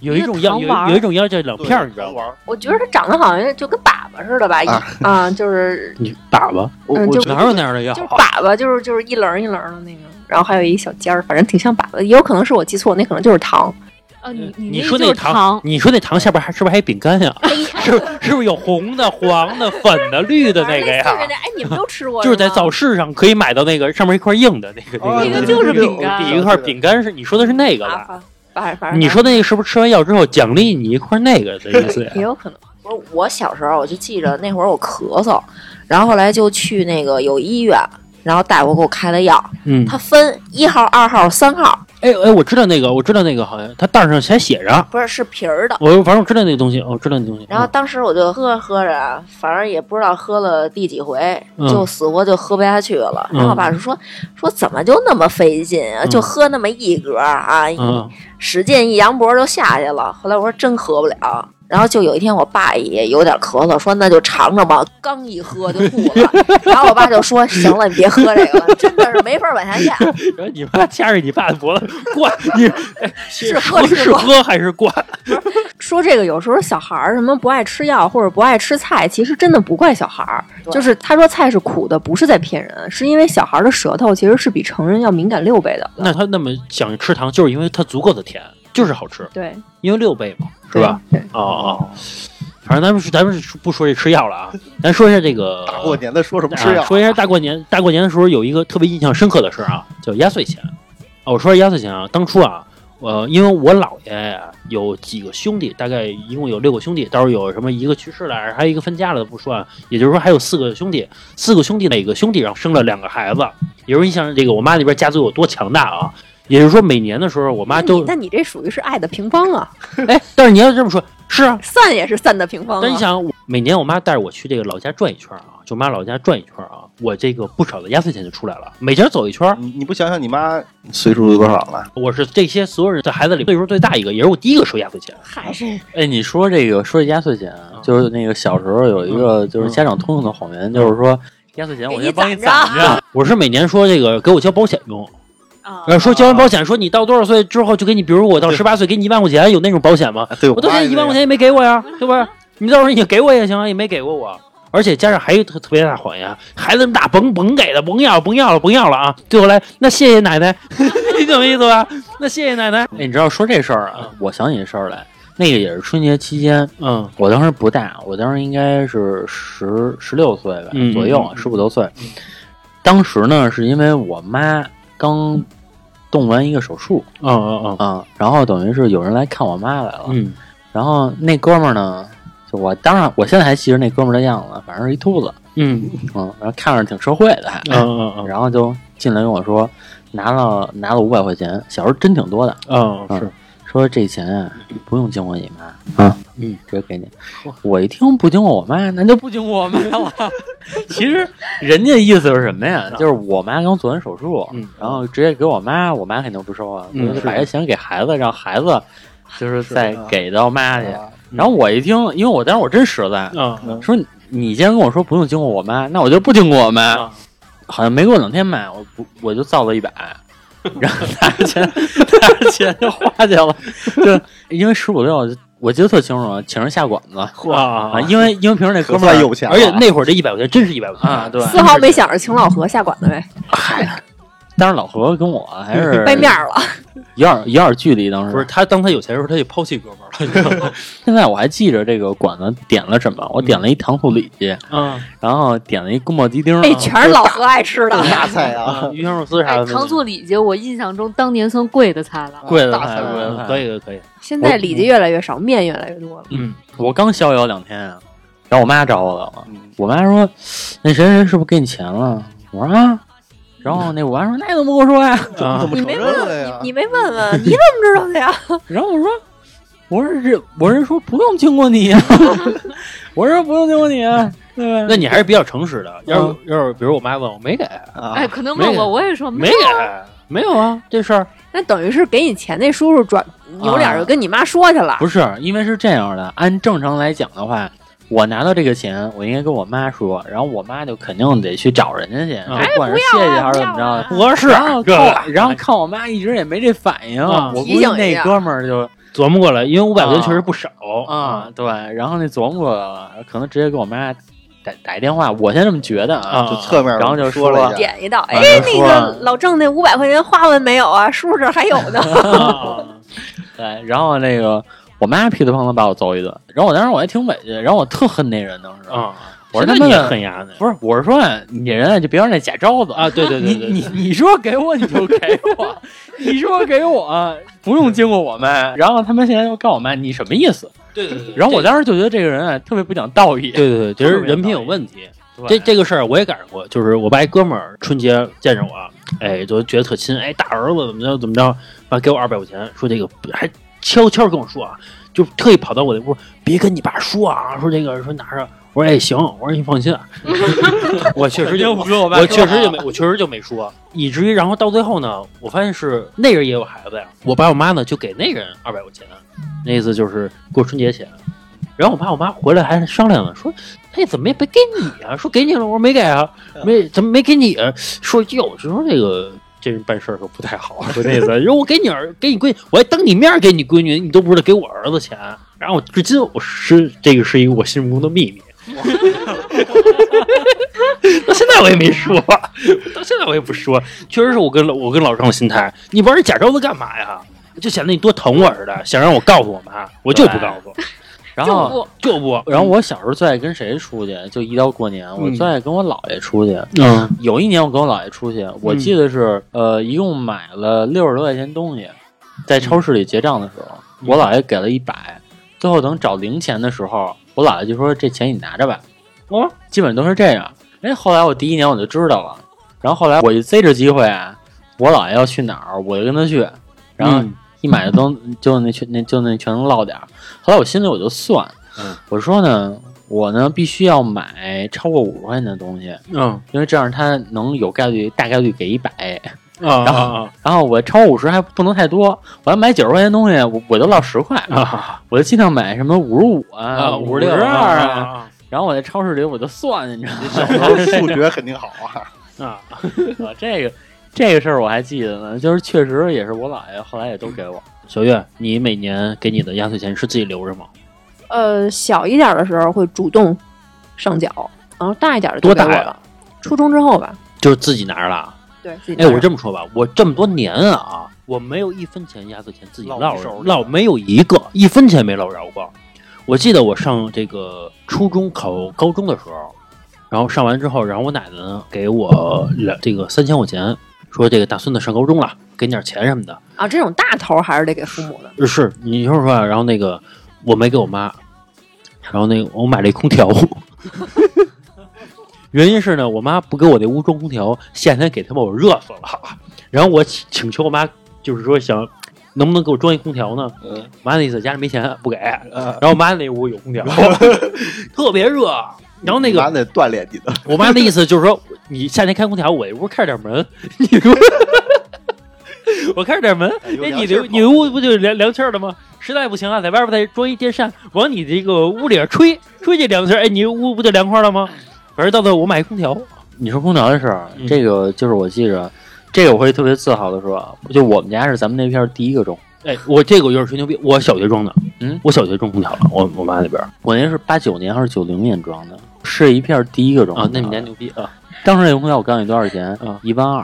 Speaker 2: 有一
Speaker 6: 一个
Speaker 2: 种药，
Speaker 6: 糖
Speaker 2: 有
Speaker 6: 丸儿
Speaker 2: 有一种药叫两
Speaker 3: 对
Speaker 2: 片儿，你知道
Speaker 3: 糖
Speaker 2: 吗？
Speaker 3: 丸儿
Speaker 5: 我觉得它长得好像就跟粑粑似的吧，一
Speaker 3: 啊
Speaker 5: 啊，就是
Speaker 2: 你粑粑
Speaker 3: 我
Speaker 5: 嗯
Speaker 3: 我
Speaker 5: 就
Speaker 3: 觉得
Speaker 2: 哪有那样的药
Speaker 5: 就是
Speaker 2: 啊？
Speaker 5: 粑粑，就是就是一棱儿一棱儿的那个，然后还有一小尖儿，反正挺像粑粑的，也有可能是我记错，那可能就是糖。
Speaker 6: 啊，你
Speaker 2: 嗯你
Speaker 6: 那
Speaker 2: 说
Speaker 6: 就
Speaker 2: 那
Speaker 6: 是糖，哎
Speaker 2: 你说那糖下边还是不是还有饼干呀？ [laughs] 是是不是有红
Speaker 6: [laughs]
Speaker 2: 的、黄的、粉的、绿的那个呀？
Speaker 5: 哎，你们都吃过
Speaker 2: [laughs] 就是在早市上可以买到那个上面一块硬的那个
Speaker 5: 哦
Speaker 3: 啊
Speaker 2: 那个哦
Speaker 6: 那个
Speaker 2: 那
Speaker 6: 就
Speaker 2: 个
Speaker 6: 是饼干
Speaker 2: 底一块饼干是你说的是那个
Speaker 5: 啊，
Speaker 2: 吧？
Speaker 5: 反反反正
Speaker 2: 你说的那个是不是吃完药之后奖励你一块那个的意思呀？
Speaker 5: 也有可能。
Speaker 7: 不是我小时候，我就记着那会儿我咳嗽，然后后来就去那个有医院，然后大夫给我开的药，
Speaker 2: 嗯，
Speaker 7: 它分一号、二号、三号，
Speaker 2: 哎哎，我知道那个，我知道那个，好像它袋上还写着，
Speaker 7: 不是是皮儿的。
Speaker 2: 我反正我知道那个东西，哦我知道那东西。
Speaker 7: 然后当时我就喝着喝着，反正也不知道喝了第几回，
Speaker 2: 嗯
Speaker 7: 就死活就喝不下去了。
Speaker 2: 嗯
Speaker 7: 然后我爸就说说怎么就那么费劲啊，
Speaker 2: 嗯
Speaker 7: 就喝那么一格啊，
Speaker 2: 嗯，
Speaker 7: 使劲一扬脖就下去了。后来我说真喝不了，然后就有一天我爸也有点咳嗽，说那就尝尝吧。刚一喝就吐
Speaker 2: [laughs]
Speaker 7: 了，然后我爸就说行了，你别喝这个了，真的是没法往下咽。
Speaker 2: 嗯然后你妈掐着你爸的脖子灌，你哎
Speaker 7: 是喝是
Speaker 2: [laughs] 是
Speaker 7: 灌
Speaker 2: 喝还是灌？
Speaker 5: 说这个有时候小孩儿什么不爱吃药或者不爱吃菜，其实真的不怪小孩儿，
Speaker 7: 对
Speaker 5: 就是他说菜是苦的，不是在骗人，是因为小孩儿的舌头其实是比成人要敏感六倍的。
Speaker 2: 那他那么想吃糖，就是因为它足够的甜，就是好吃，
Speaker 5: 对，
Speaker 2: 因为六倍嘛，是吧？
Speaker 5: 对？对，
Speaker 2: 哦哦，反正咱们是咱们是不说这吃药了啊，咱说一下这个
Speaker 3: 大过年的说什么
Speaker 2: 啊
Speaker 3: 吃药？
Speaker 2: 说一下大过年，大过年的时候有一个特别印象深刻的事儿啊，叫压岁钱。啊，我说压岁钱啊，当初啊，呃，因为我姥爷呀有几个兄弟，大概一共有六个兄弟，到时候有什么一个去世了，还有一个分家了不说啊，也就是说还有四个兄弟，四个兄弟每个兄弟然后生了两个孩子，也就是你想这个我妈那边家族有多强大啊。也就是说，每年的时候，我妈
Speaker 5: 那
Speaker 2: 都
Speaker 7: [laughs]
Speaker 5: 你，那你这属于是爱的平方啊，
Speaker 2: 哎，但是你要这么说，是啊，
Speaker 5: 散也是散的平方
Speaker 2: 但你
Speaker 5: 啊。
Speaker 2: 想，我每年我妈带着我去这个老家转一圈啊，舅妈老家转一圈啊，我这个不少的压岁钱就出来了。每家走一圈，
Speaker 3: 你你不想想你妈岁数有多少了？
Speaker 2: 我是这些所有人的孩子里岁数最大一个，也是我第一个收压岁钱。
Speaker 5: 还是
Speaker 4: 哎，你说这个说压岁钱啊，
Speaker 2: 嗯
Speaker 4: 就是那个小时候有一个就是家长通用的谎言，就是说压岁钱我先嗯帮你攒哦着，啊
Speaker 2: 我是每年说这个给我交保险用，
Speaker 6: 啊
Speaker 2: 然后说交
Speaker 4: 哦
Speaker 2: 完保险，说你到多少岁之后就给你，比如我到十八岁给你一万块钱，有那种保险吗？
Speaker 3: 啊对，
Speaker 2: 我到现
Speaker 3: 妈
Speaker 2: 在
Speaker 3: 也
Speaker 2: 一万块钱
Speaker 3: 这样。
Speaker 2: 也没给我呀，对不对？你到时候你给我也行啊，也没给过我。而且加上还有一个特特别大谎言，孩子那么大，甭甭给了，甭要了，甭要了，甭要了啊！最后来，那谢谢奶奶， [laughs] 你懂意思吧？那谢谢奶奶。
Speaker 4: 哎，你知道说这事儿啊，我想起这事儿来，那个也是春节期间，
Speaker 2: 嗯
Speaker 4: 我当时不大，我当时应该是十十六岁吧、
Speaker 2: 嗯
Speaker 4: 左右，啊
Speaker 2: 嗯
Speaker 4: 十五六岁。当时呢，是因为我妈刚动完一个手术
Speaker 2: 嗯嗯嗯
Speaker 4: 啊、然后等于是有人来看我妈来了，
Speaker 2: 嗯
Speaker 4: 然后那哥们儿呢，就我当然我现在还记着那哥们儿的样子，反正是一秃子，
Speaker 2: 嗯
Speaker 4: 嗯，然后看着挺社会的还，
Speaker 2: 嗯嗯
Speaker 4: 然后就进来跟我说拿了拿了五百块钱，小时候真挺多的，
Speaker 2: 嗯嗯，是
Speaker 4: 说这钱啊不用经过你妈啊，
Speaker 2: 嗯，
Speaker 4: 直接给你。我一听不经过我妈，那就不经过我妈了。 [laughs] 其实人家意思是什么呀？就是我妈刚做完手术，
Speaker 2: 嗯
Speaker 4: 然后直接给我妈，我妈肯定不收啊，
Speaker 2: 嗯
Speaker 4: 我就是把这钱给孩子，让孩子就是再
Speaker 3: 啊
Speaker 4: 给到妈去。
Speaker 3: 啊
Speaker 4: 然后我一听，因为我当时我真实在，
Speaker 2: 嗯
Speaker 4: 说你你既然跟我说不用经过我妈，那我就不经过我妈。
Speaker 2: 啊
Speaker 4: 好像没过两天吧，我不我就造了
Speaker 2: [laughs]
Speaker 4: 一百，然后拿着钱拿着钱就花去了，就因为十五六，我记得特清楚啊，请人下馆子
Speaker 2: 嚯啊
Speaker 4: 啊，！因为因为平时那
Speaker 3: 可
Speaker 4: 哥们
Speaker 3: 算
Speaker 4: 儿
Speaker 3: 有钱了，
Speaker 2: 而且那会儿这一百块钱真是一百块钱
Speaker 4: 啊，对，
Speaker 5: 丝毫没想着请老何下馆子呗，
Speaker 4: 嗨，但是老何跟我还
Speaker 5: [laughs]
Speaker 4: 是
Speaker 5: 掰面儿了。
Speaker 4: 有点有点距离，当
Speaker 2: 不是
Speaker 4: 时
Speaker 2: 他，当他有钱的时候，他就抛弃哥们儿了你知道吗。
Speaker 4: 现在我还记着这个馆子点了什么，我点了一糖醋里脊，
Speaker 2: 嗯
Speaker 4: 然后点了一宫保鸡丁儿，啊
Speaker 5: 哎，全是老何爱吃的。
Speaker 3: 大菜啊，
Speaker 5: 嗯
Speaker 2: 啊，鱼香肉丝啥
Speaker 6: 哎
Speaker 2: 的，
Speaker 6: 糖醋里脊，我印象中当年算贵的菜了。
Speaker 4: 贵的
Speaker 3: 大
Speaker 4: 菜
Speaker 3: 菜
Speaker 4: 贵的菜
Speaker 2: 哎可以可以，
Speaker 5: 现在里脊越来越少，面越来越多了。
Speaker 2: 嗯
Speaker 4: 我刚逍遥两天啊，然后我妈找我来了，
Speaker 3: 嗯
Speaker 4: 我妈说那谁谁是不是给你钱了？我说啊，然后那我妈说那你怎么不跟我说呀、
Speaker 2: 啊
Speaker 3: 怎么
Speaker 5: 你
Speaker 3: 承
Speaker 5: 没
Speaker 3: 认
Speaker 5: 问
Speaker 3: 了
Speaker 5: [laughs]
Speaker 3: 呀？
Speaker 5: 你没问问，你怎么知道的呀？
Speaker 4: 然后我说我说这我是说不用经过你、 [laughs] 啊，我说不用经过你、啊， [laughs] 对吧？
Speaker 2: 那你还是比较诚实的。要是要是，比如我妈问我没给，
Speaker 3: 啊
Speaker 6: 哎，可能问
Speaker 2: 没有
Speaker 6: 我，我也说
Speaker 2: 没给，没有啊，这事儿
Speaker 5: 那等于是给你钱那叔叔转
Speaker 2: 啊
Speaker 5: 扭脸就跟你妈说去了。
Speaker 4: 不是，因为是这样的，按正常来讲的话。我拿到这个钱，我应该跟我妈说，然后我妈就肯定得去找人家去，哎
Speaker 2: 嗯
Speaker 4: 不啊管是谢谢还是怎么着， [laughs]
Speaker 2: 合适
Speaker 4: 然后
Speaker 2: 这
Speaker 4: 看
Speaker 2: 个
Speaker 4: 我，啊然后看我妈一直也没这反应，
Speaker 2: 啊
Speaker 4: 我估
Speaker 5: 提
Speaker 4: 计
Speaker 5: 醒一
Speaker 4: 那
Speaker 5: 下
Speaker 4: 哥们儿就
Speaker 2: 琢磨过来，因为五百块钱确实不少
Speaker 4: 啊、对，然后那琢磨了可能直接给我妈打打一电话，我先这么觉得啊，
Speaker 2: 啊
Speaker 3: 就侧面
Speaker 4: 然后就
Speaker 3: 说
Speaker 4: 说
Speaker 3: 了一下，
Speaker 5: 点一道，哎
Speaker 4: 啊，
Speaker 5: 那个老郑那五百块钱花完没有啊？叔叔这儿还有呢。
Speaker 2: [laughs] 啊
Speaker 4: 对，然后那个我妈噼里啪啦把我揍一顿，然后我当时我还挺委屈，然后我特恨那人当时，
Speaker 2: 啊！
Speaker 4: 我
Speaker 2: 现
Speaker 4: 说
Speaker 2: 在
Speaker 4: 他妈
Speaker 2: 你
Speaker 4: 的
Speaker 2: 狠牙呢？
Speaker 4: 不是，我是说你人啊就别让那假招子。
Speaker 2: 啊，对对
Speaker 4: 你
Speaker 2: 对对
Speaker 4: 你
Speaker 2: 对，
Speaker 4: 你说给我你就给我，你说给我不用经过我妈，然后他们现在又告我妈你什么意思？
Speaker 2: 对对对
Speaker 4: 然后我当时就觉得这个人啊特别不讲道义。
Speaker 2: 对对对，其实人品有问题。这
Speaker 4: 对
Speaker 2: 这个事儿我也赶上过，就是我爸一哥们儿春节见着我，哎，就觉得特亲，哎，大儿子怎么着怎么着，完给我二百块钱，说这个还悄悄跟我说啊，就特意跑到我那屋，别跟你爸说啊，说这个说拿着，我说哎行，我说你放心啊， [laughs] 我确实就
Speaker 4: 肯定不跟我爸
Speaker 2: 我
Speaker 4: 说
Speaker 2: 确实就没我确实就没说， [laughs] 以至于然后到最后呢，我发现是那人也有孩子呀，我爸我妈呢就给那人二百块钱，那意思就是过春节前。然后我爸我妈回来还商量呢，说：“哎，怎么也没给你啊？说给你了，我说没给啊，没怎么没给你啊？说哟，就说这个这人办事儿可不太好，就那意思。说我给你儿给你闺女，我还当你面儿给你闺女，你都不知道给我儿子钱。然后我至今我是这个是一个我心中的秘密， [laughs] 到现在我也没说，到现在我也不说。确实是我跟老我跟老张的心态，你玩这假招子干嘛呀？就显得你多疼我似的，想让我告诉我妈，我就不告诉。
Speaker 4: 然
Speaker 5: 就
Speaker 4: 后
Speaker 5: 不
Speaker 2: 这不，
Speaker 4: 然后我小时候最爱跟谁出去？就一到过年，我
Speaker 2: 嗯
Speaker 4: 最爱跟我姥爷出去。
Speaker 2: 嗯
Speaker 4: 有一年我跟我姥爷出去，我记得是、呃，一共买了六十多块钱东西，在超市里结账的时候，
Speaker 2: 嗯
Speaker 4: 我姥爷给了一百。最后等找零钱的时候，我姥爷就说：“这钱你拿着吧。”
Speaker 2: 哦，
Speaker 4: 基本都是这样。哎，后来我第一年我就知道了，然后后来我就逮着机会啊，我姥爷要去哪儿，我就跟他去，然后
Speaker 2: 嗯
Speaker 4: 一买的东就那全那就那全都落点儿。后来我心里我就算，
Speaker 2: 嗯
Speaker 4: 我说呢，我呢必须要买超过五十块钱的东西，
Speaker 2: 嗯
Speaker 4: 因为这样他能有概率大概率给一百。然后
Speaker 2: 啊
Speaker 4: 然后我超过五十还不能太多，我要买九十块钱的东西，我我就落十块，
Speaker 2: 啊
Speaker 4: 我就尽量买什么五十五啊、
Speaker 2: 啊！
Speaker 4: 五
Speaker 2: 五
Speaker 4: 十
Speaker 2: 十
Speaker 4: 六
Speaker 2: 六
Speaker 4: 啊。
Speaker 2: 啊
Speaker 4: 然后我在超市里我就算，你知道吗？
Speaker 3: 小时候数学肯定好啊，
Speaker 2: 啊！
Speaker 4: 啊， [laughs] 这个这个事儿我还记得呢，就是确实也是我姥爷后来也都给我。
Speaker 2: 小月，你每年给你的压岁钱是自己留着吗？
Speaker 5: 呃，小一点的时候会主动上缴，然后大一点的就
Speaker 2: 多
Speaker 5: 给
Speaker 2: 大
Speaker 5: 我
Speaker 2: 呀
Speaker 5: 了。初中之后吧，
Speaker 2: 就是自己拿着了。
Speaker 5: 对自己
Speaker 2: 哎，
Speaker 5: 拿着。
Speaker 2: 我这么说吧，我这么多年啊，我没有一分钱压岁钱自己
Speaker 4: 落
Speaker 2: 落
Speaker 4: 一手
Speaker 2: 着，
Speaker 4: 里
Speaker 2: 落没有一个一分钱没落着过。我记得我上这个初中考高中的时候，然后上完之后，然后我奶奶呢给我两这个三千块钱，说这个大孙子上高中了，给你点钱什么的。呃
Speaker 5: 啊，这种大头还是得给父母的。
Speaker 2: 是，你说实话，然后那个我没给我妈，然后那个我买了一空调， [laughs] 原因是呢，我妈不给我那屋装空调，夏天给他们我热死了，然后我请请求我妈，就是说想能不能给我装一空调呢？
Speaker 3: 嗯
Speaker 2: 我妈那意思家里没钱不给，然
Speaker 3: 呃，
Speaker 2: 后我妈那屋有空调， [laughs] 特别热， [laughs] 然后那个
Speaker 3: 还得锻炼你的，
Speaker 2: 我妈的意思就是说，你夏天开空调，我这屋开着点门， [laughs] 你给我，我开着点门，
Speaker 3: 哎有 [laughs]
Speaker 2: 哎，
Speaker 3: 凉
Speaker 2: 你
Speaker 3: 气
Speaker 2: 这
Speaker 3: 儿跑
Speaker 2: 你的屋不就凉凉气儿了吗？实在不行啊，在外边再装一电扇，往你这个屋里边吹，吹这凉气儿，哎，你屋不就凉快了吗？反正到最后我买一空调，
Speaker 4: 你说空调的事儿，
Speaker 2: 嗯
Speaker 4: 这个就是我记着，这个我会特别自豪的说，啊就我们家是咱们那片儿第一个装，
Speaker 2: 哎，我这个我有点吹牛逼，我小学装的，
Speaker 4: 嗯
Speaker 2: 我小学装空调了，我我妈那边
Speaker 4: 我那是八九年还是九零年装的，是一片儿第一个装的
Speaker 2: 啊，那你们家牛逼啊，
Speaker 4: 当时那空调我告诉你多少钱
Speaker 2: 啊
Speaker 4: 一万二，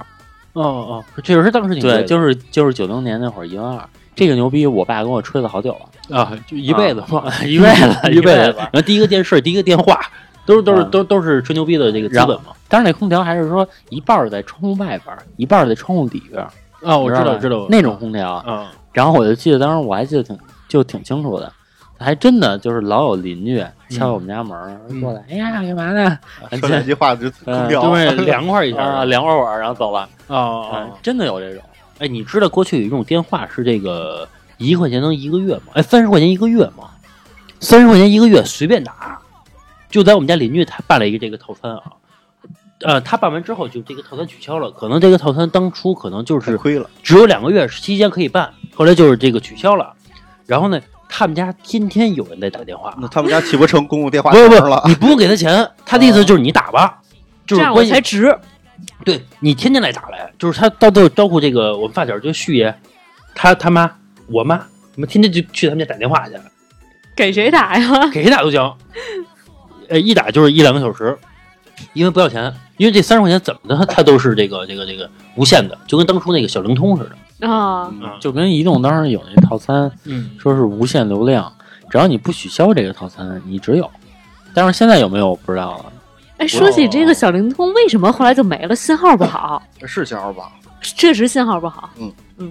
Speaker 2: 哦哦，确实当时挺贵的
Speaker 4: 对，就是就是九零年那会儿一万二。这个牛逼，我爸给我吹了好久了，
Speaker 2: 啊，就一辈子嘛，
Speaker 4: 一辈子
Speaker 2: [laughs] 一
Speaker 4: 一
Speaker 2: 辈
Speaker 4: 辈
Speaker 2: 子
Speaker 4: 子，
Speaker 2: 然后第一个电视，第一个电话，都是都是
Speaker 4: 啊
Speaker 2: 都都是吹牛逼的这个资
Speaker 4: 然
Speaker 2: 本
Speaker 4: 后
Speaker 2: 嘛。
Speaker 4: 当时那空调还是说一半儿在窗户外边儿，一半儿在窗户里边儿。
Speaker 2: 啊，我知道，
Speaker 4: 吧
Speaker 2: 知道
Speaker 4: 那种空调，
Speaker 2: 啊，
Speaker 4: 然后我就记得当时我还记得挺就挺清楚的，还真的就是老有邻居敲我们家门儿、
Speaker 2: 嗯
Speaker 4: 过来，哎呀，干嘛呢？
Speaker 2: 啊
Speaker 3: 说两句话就空调
Speaker 2: 就，会啊凉快一下
Speaker 4: 啊，凉会儿会儿，然后走了。
Speaker 2: 啊
Speaker 4: 啊
Speaker 2: 啊！，
Speaker 4: 真的有这种，
Speaker 2: 哎，你知道过去有一种电话是这个一块钱能一个月吗？哎，三十块钱一个月吗？三十块钱一个月随便打，就在我们家邻居他办了一个这个套餐啊。呃，他办完之后就这个套餐取消了，可能这个套餐当初可能就是
Speaker 3: 亏了，
Speaker 2: 只有两个月期间可以办，后来就是这个取消了。然后呢，他们家天天有人在打电话，
Speaker 3: 那他们家岂不成公共电话
Speaker 2: 不
Speaker 3: 亭
Speaker 2: 是不是
Speaker 3: 了，？
Speaker 2: 你不用给他钱，他的意思就是你打吧，
Speaker 5: 这
Speaker 2: 就是
Speaker 5: 样我
Speaker 2: 关系
Speaker 5: 才值。
Speaker 2: 对你天天来打来，就是他到最后招呼这个我们发小就是旭爷，他他妈我妈，我们天天就去他们家打电话去，
Speaker 6: 给谁打呀？ [laughs]
Speaker 2: 给谁打
Speaker 5: [laughs]
Speaker 2: 都行，呃，一打就是一两个小时，因为不要钱，因为这三十块钱怎么的它都是这个这个这个无限的，就跟当初那个小灵通似的。
Speaker 6: 啊，
Speaker 2: 嗯
Speaker 4: 就跟移动当时有那套餐，
Speaker 2: 嗯，
Speaker 4: 说是无限流量，只要你不取消这个套餐，你只有。但是现在有没有我不知道了。
Speaker 6: 哎，说起
Speaker 2: 啊
Speaker 6: 这个小灵通，为什么后来就没了？信号不好，
Speaker 3: 是信号吧？
Speaker 6: 确实信号不好。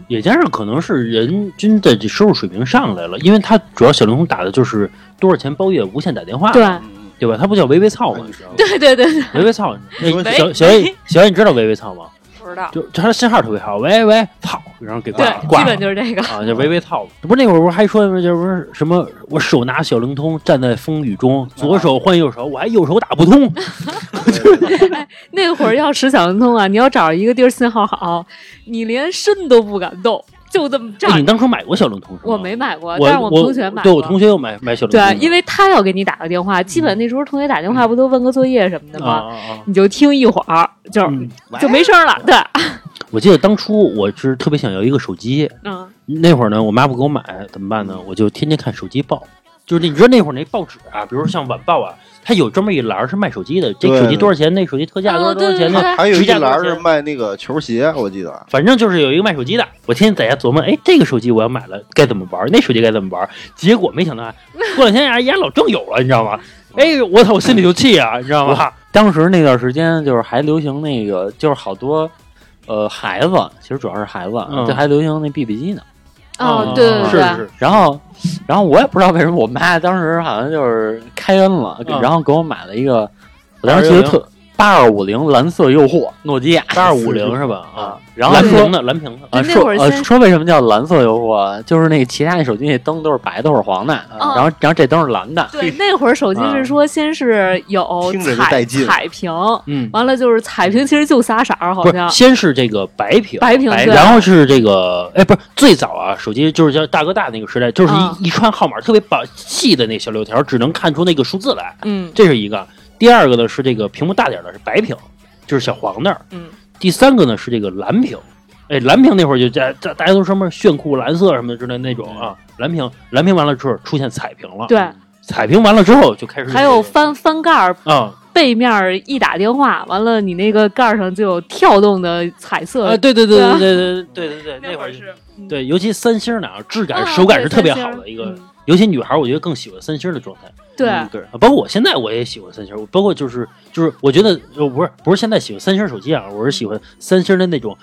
Speaker 2: 也加上可能是人均的这收入水平上来了，因为它主要小灵通打的就是多少钱包月无限打
Speaker 6: [laughs]
Speaker 2: 电话，
Speaker 6: 对，
Speaker 3: 嗯，
Speaker 2: 对吧？它不叫微微操
Speaker 3: 哦
Speaker 2: 吗？
Speaker 6: 对对对对，
Speaker 2: 微微
Speaker 6: [laughs]
Speaker 2: 操，
Speaker 3: 喂
Speaker 2: 那小小野小野，你知道微微操吗？
Speaker 5: 不知道，
Speaker 2: 就就他的信号特别好，喂喂，操，然后给挂
Speaker 6: 对
Speaker 2: 挂了
Speaker 6: 基本就是这个。 [laughs]
Speaker 2: 啊，就喂喂操，不是那会儿不是还说这不是什么，我手拿小灵通站在风雨中，左手换右手，我还右手打不通，
Speaker 6: 那会儿要使小灵通啊，你要找一个地儿信号好， [laughs] 你连身都不敢动，就这么站
Speaker 2: 哎你
Speaker 6: 着。
Speaker 2: 当初买过小灵通是吗？
Speaker 6: 我没买过，
Speaker 2: 我
Speaker 6: 但是
Speaker 2: 我
Speaker 6: 们同学买过。
Speaker 2: 对我同学又买买小灵通的，
Speaker 6: 对，因为他要给你打个电话，基本那时候同学打电话不都问个作业什么的
Speaker 2: 啊
Speaker 6: 吗？
Speaker 2: 啊啊，
Speaker 6: 你就听一会儿，就、
Speaker 2: 嗯
Speaker 6: 就没声儿了。对，
Speaker 2: 我记得当初我是特别想要一个手机，
Speaker 6: 嗯，
Speaker 2: 那会儿呢，我妈不给我买，怎么办呢？我就天天看手机报，就是你知道那会儿那报纸啊，比如说像晚报啊，它有专门一栏儿是卖手机的，这
Speaker 3: 对
Speaker 2: 手机多少钱？那手机特价多少
Speaker 6: 哦
Speaker 2: 多少钱
Speaker 6: 对对
Speaker 2: 的？
Speaker 6: 对
Speaker 3: 嗯还有一
Speaker 2: 直接
Speaker 3: 栏
Speaker 2: 多少
Speaker 3: 是
Speaker 2: 钱
Speaker 3: 卖那个球鞋，我记得。
Speaker 2: 反正就是有一个卖手机的，我天天在家琢磨，哎，这个手机我要买了该怎么玩儿，那手机该怎么玩儿。结果没想到
Speaker 6: [laughs]
Speaker 2: 啊，过两天呀，人家老郑有了，你知道吗？哎，我操，我心里就气啊，你知道吗？
Speaker 4: 当时那段时间就是还流行那个，就是好多呃孩子，其实主要是孩子，啊
Speaker 2: 嗯
Speaker 4: 就还流行那 BB 机呢。
Speaker 6: 哦，
Speaker 2: 嗯
Speaker 6: 对对
Speaker 2: 是
Speaker 6: 对，
Speaker 2: 是是，
Speaker 4: 然后，然后我也不知道为什么我妈当时好像就是开恩了，
Speaker 2: 嗯
Speaker 4: 然后给我买了一个，我当时记得特八二五零蓝色诱惑诺基亚
Speaker 2: 八二五零是吧？
Speaker 4: [laughs] 啊
Speaker 2: 啊，，哎
Speaker 4: 然后
Speaker 2: 蓝
Speaker 4: 说
Speaker 2: 屏的，蓝屏的。
Speaker 4: 啊
Speaker 6: 就那
Speaker 4: 说
Speaker 6: 会儿
Speaker 4: 呃
Speaker 6: 先
Speaker 4: 说为什么叫蓝色诱惑，就是那个其他那手机那灯都是白的或者黄的，
Speaker 2: 哦
Speaker 4: 然后然后这灯是蓝的，
Speaker 6: 对，那会儿手机是说先是有
Speaker 3: 听着就带
Speaker 6: 彩
Speaker 3: 劲
Speaker 6: 彩屏，
Speaker 2: 嗯，
Speaker 6: 完了就是彩屏其实就仨色儿，好
Speaker 2: 不是
Speaker 6: 像，
Speaker 2: 先是这个白屏，
Speaker 6: 白屏对
Speaker 2: 然后是这个，哎，不是最早啊，手机就是叫大哥大那个时代，就是一、
Speaker 6: 嗯
Speaker 2: 一串号码特别把细的那小六条，只能看出那个数字来，
Speaker 6: 嗯，
Speaker 2: 这是一个。第二个呢是这个屏幕大点儿的是白屏，就是小黄的，
Speaker 6: 嗯。
Speaker 2: 第三个呢是这个蓝屏，哎，蓝屏那会儿就大大大家都说什么炫酷蓝色什么之类的那种啊，蓝屏，蓝屏完了之后出现彩屏了，
Speaker 6: 嗯对，
Speaker 2: 彩屏完了之后就开始
Speaker 6: 还有
Speaker 2: 这个
Speaker 6: 翻翻盖儿，
Speaker 2: 啊
Speaker 6: 背面儿一打电话，完了你那个盖儿上就有跳动的彩色。
Speaker 2: 啊，对对对
Speaker 6: 对啊
Speaker 2: 对对对对对， [laughs] 那会儿嗯就。对，尤其三星儿呢，质
Speaker 5: 啊
Speaker 6: 啊
Speaker 2: 感、手感是特别好的一个，
Speaker 6: 嗯
Speaker 2: 尤其女孩，我觉得更喜欢三星儿的状态。
Speaker 6: 对，
Speaker 2: 嗯对，包括我现在我也喜欢三星儿，包括就是就是，我觉得呃不是不是现在喜欢三星儿手机啊，我是喜欢三星儿的那种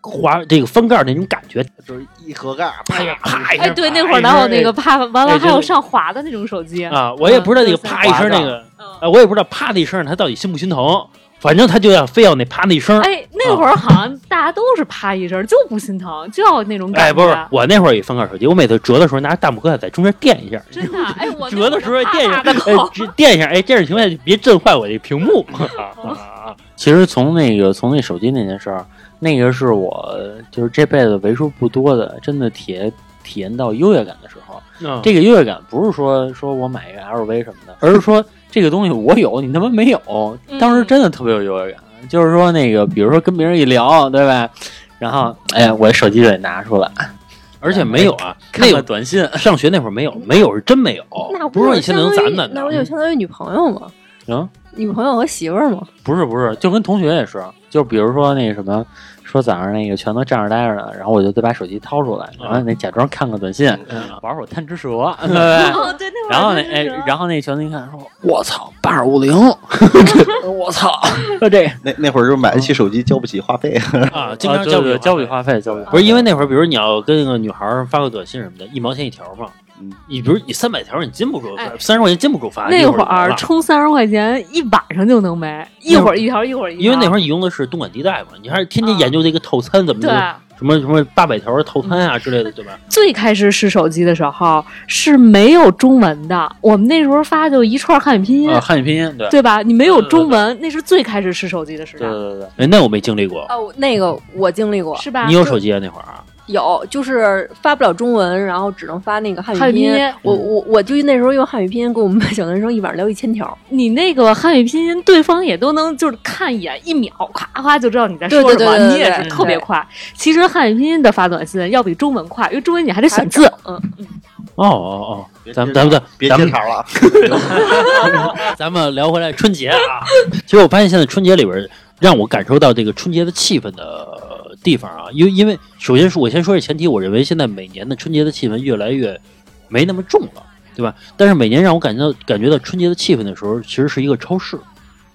Speaker 2: 滑这个翻盖儿那种感觉，
Speaker 3: 就是一盒盖，
Speaker 2: 啪呀啪一声。
Speaker 6: 哎，对，
Speaker 2: 啪
Speaker 6: 那
Speaker 2: 一
Speaker 6: 会儿
Speaker 2: 声
Speaker 6: 哪有那
Speaker 2: 哎
Speaker 6: 个啪，完了
Speaker 2: 哎
Speaker 6: 还
Speaker 2: 就
Speaker 6: 有
Speaker 2: 是
Speaker 6: 上滑的那种手机。
Speaker 2: 啊，我也不知道那个
Speaker 6: 嗯
Speaker 2: 啪一声那个，
Speaker 6: 嗯
Speaker 2: 啊，我也不知道啪的一声它到底心不心疼，反正他就要非要那啪的一声。
Speaker 6: 哎，那会儿好像大家都是啪一声，就不心疼，就要那种
Speaker 2: 哎，
Speaker 6: 感
Speaker 2: 不
Speaker 6: 觉。啊
Speaker 2: 是，我那会儿也翻盖儿手机，我每次折的时候拿大拇哥在中间垫一下，
Speaker 6: 真的，哎，我那
Speaker 2: 折的
Speaker 6: 会儿
Speaker 2: 时候
Speaker 6: 就
Speaker 2: 垫一下，
Speaker 6: 啪啪地
Speaker 2: 哎，只垫一下，哎，这种情况下就别震坏我这屏幕啊啊啊！
Speaker 4: 其实从那个从那手机那件事儿，那个是我就是这辈子为数不多的真的体验体验到优越感的时候。
Speaker 2: 嗯
Speaker 4: 这个优越感不是说说我买一个 LV 什么的，而是说这个东西我有，你他妈没有。当时真的特别有优越感，就是说那个，比如说跟别人一聊，对吧？然后，哎呀，我手机就得拿出来，哎
Speaker 2: 而且没有啊，那
Speaker 4: 看看
Speaker 2: 个
Speaker 4: 短信，
Speaker 2: 上学那会儿没有，没有是真没有，
Speaker 5: 那
Speaker 2: 不是说你现在能
Speaker 5: 相当于
Speaker 2: 攒攒的
Speaker 5: 那不就相当于女朋友吗？
Speaker 4: 嗯，
Speaker 5: 女朋友和媳妇儿吗？
Speaker 4: 不是不是，就跟同学也是，就比如说那个什么，说早上那个全都站着待着呢，然后我就得把手机掏出来，然后那假装看看短信，嗯
Speaker 2: 嗯
Speaker 4: 玩会儿贪吃蛇， [laughs] 对不对？
Speaker 6: [laughs] 哦，对，那会儿
Speaker 4: [laughs] 然后
Speaker 6: [laughs]
Speaker 4: 那
Speaker 6: 真是啊
Speaker 4: 哎
Speaker 6: 这样，
Speaker 4: 然后那全都一看说，我操，八二五零， [laughs] 我 [laughs] 操，就这
Speaker 3: 那那会儿就买得起手机，交不起话费。
Speaker 2: [laughs] 啊，经
Speaker 4: 经
Speaker 2: 常
Speaker 4: 常
Speaker 2: 交
Speaker 4: 交
Speaker 2: 交
Speaker 4: 交笔话费，交笔
Speaker 6: 啊
Speaker 4: 话
Speaker 2: 不
Speaker 4: 费
Speaker 2: 是因为那会儿，比如你要跟那个女孩儿发个短信什么的，一毛钱一条嘛
Speaker 3: 嗯。
Speaker 2: 你比如你三百条，你禁不住
Speaker 6: 哎，
Speaker 2: 三十块钱禁不住发。
Speaker 6: 那
Speaker 2: 会
Speaker 6: 会
Speaker 2: 儿
Speaker 6: 儿
Speaker 2: 了
Speaker 6: 充三十块钱一晚上就能没，一会儿一条，一会儿一条。
Speaker 2: 因为那会
Speaker 6: 儿
Speaker 2: 儿你用的是东莞地带嘛，你还是天天
Speaker 6: 啊
Speaker 2: 研究这个套餐怎么
Speaker 6: 对
Speaker 2: 着，什么什么八百条的套餐啊之类的，对吧？
Speaker 6: 最开始试手机的时候是没有中文的，我们那时候发就一串汉语拼音，
Speaker 4: 啊，汉语拼音，对，
Speaker 6: 对吧？你没有中文，那是最开始试手机的时代
Speaker 4: 对，对对
Speaker 2: 哎，那我没经历过。
Speaker 5: 哦，那个我经历过，
Speaker 6: 是吧？
Speaker 2: 你有手机啊？那会儿啊，
Speaker 5: 有就是发不了中文，然后只能发那个汉
Speaker 6: 汉
Speaker 5: 语
Speaker 6: 语
Speaker 5: 拼
Speaker 6: 拼
Speaker 5: 音。
Speaker 6: 音，
Speaker 5: 我我我就那时候用汉语拼音跟我们班小男生一晚上聊一千条，
Speaker 6: 你那个汉语拼音，对方也都能就是看一眼，一秒，咵咵就知道你在说什么，
Speaker 5: 对对对对对
Speaker 6: 你也是特别快。其实汉语拼音的发短信要比中文快，因为中文你还得选字。嗯，
Speaker 2: 哦哦哦，咱们咱们咱
Speaker 3: 别
Speaker 2: 咱
Speaker 3: 接
Speaker 2: 们
Speaker 3: 茬了，
Speaker 2: 咱们聊回来春节啊，其实我发现现在春节里边儿让我感受到这个春节的气氛的地方啊，因为因为首先是我先说这前提，我认为现在每年的春节的气氛越来越没那么重了，对吧？但是每年让我感觉到感觉到春节的气氛的时候，其实是一个超市，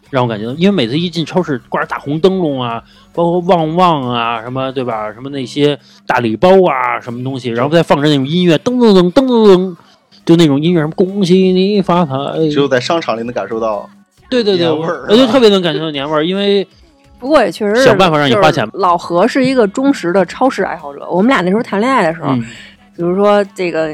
Speaker 2: 让我感觉到，因为每次一进超市挂着大红灯笼啊，包括旺旺啊什么，对吧？什么那些大礼包啊什么东西，然后再放着那种音乐，噔噔噔噔噔噔。就那种音乐，什么恭喜你发财，
Speaker 3: 只有在商场里能感受到。
Speaker 2: 对对对，
Speaker 3: 年
Speaker 2: 我
Speaker 3: 味儿
Speaker 2: 我就特别能感觉到年味儿，因为
Speaker 5: 不过也确实是
Speaker 2: 想办法让你花钱
Speaker 5: 就是老何是一个忠实的超市爱好者，我们俩那时候谈恋爱的时候，
Speaker 2: 嗯
Speaker 5: 比如说这个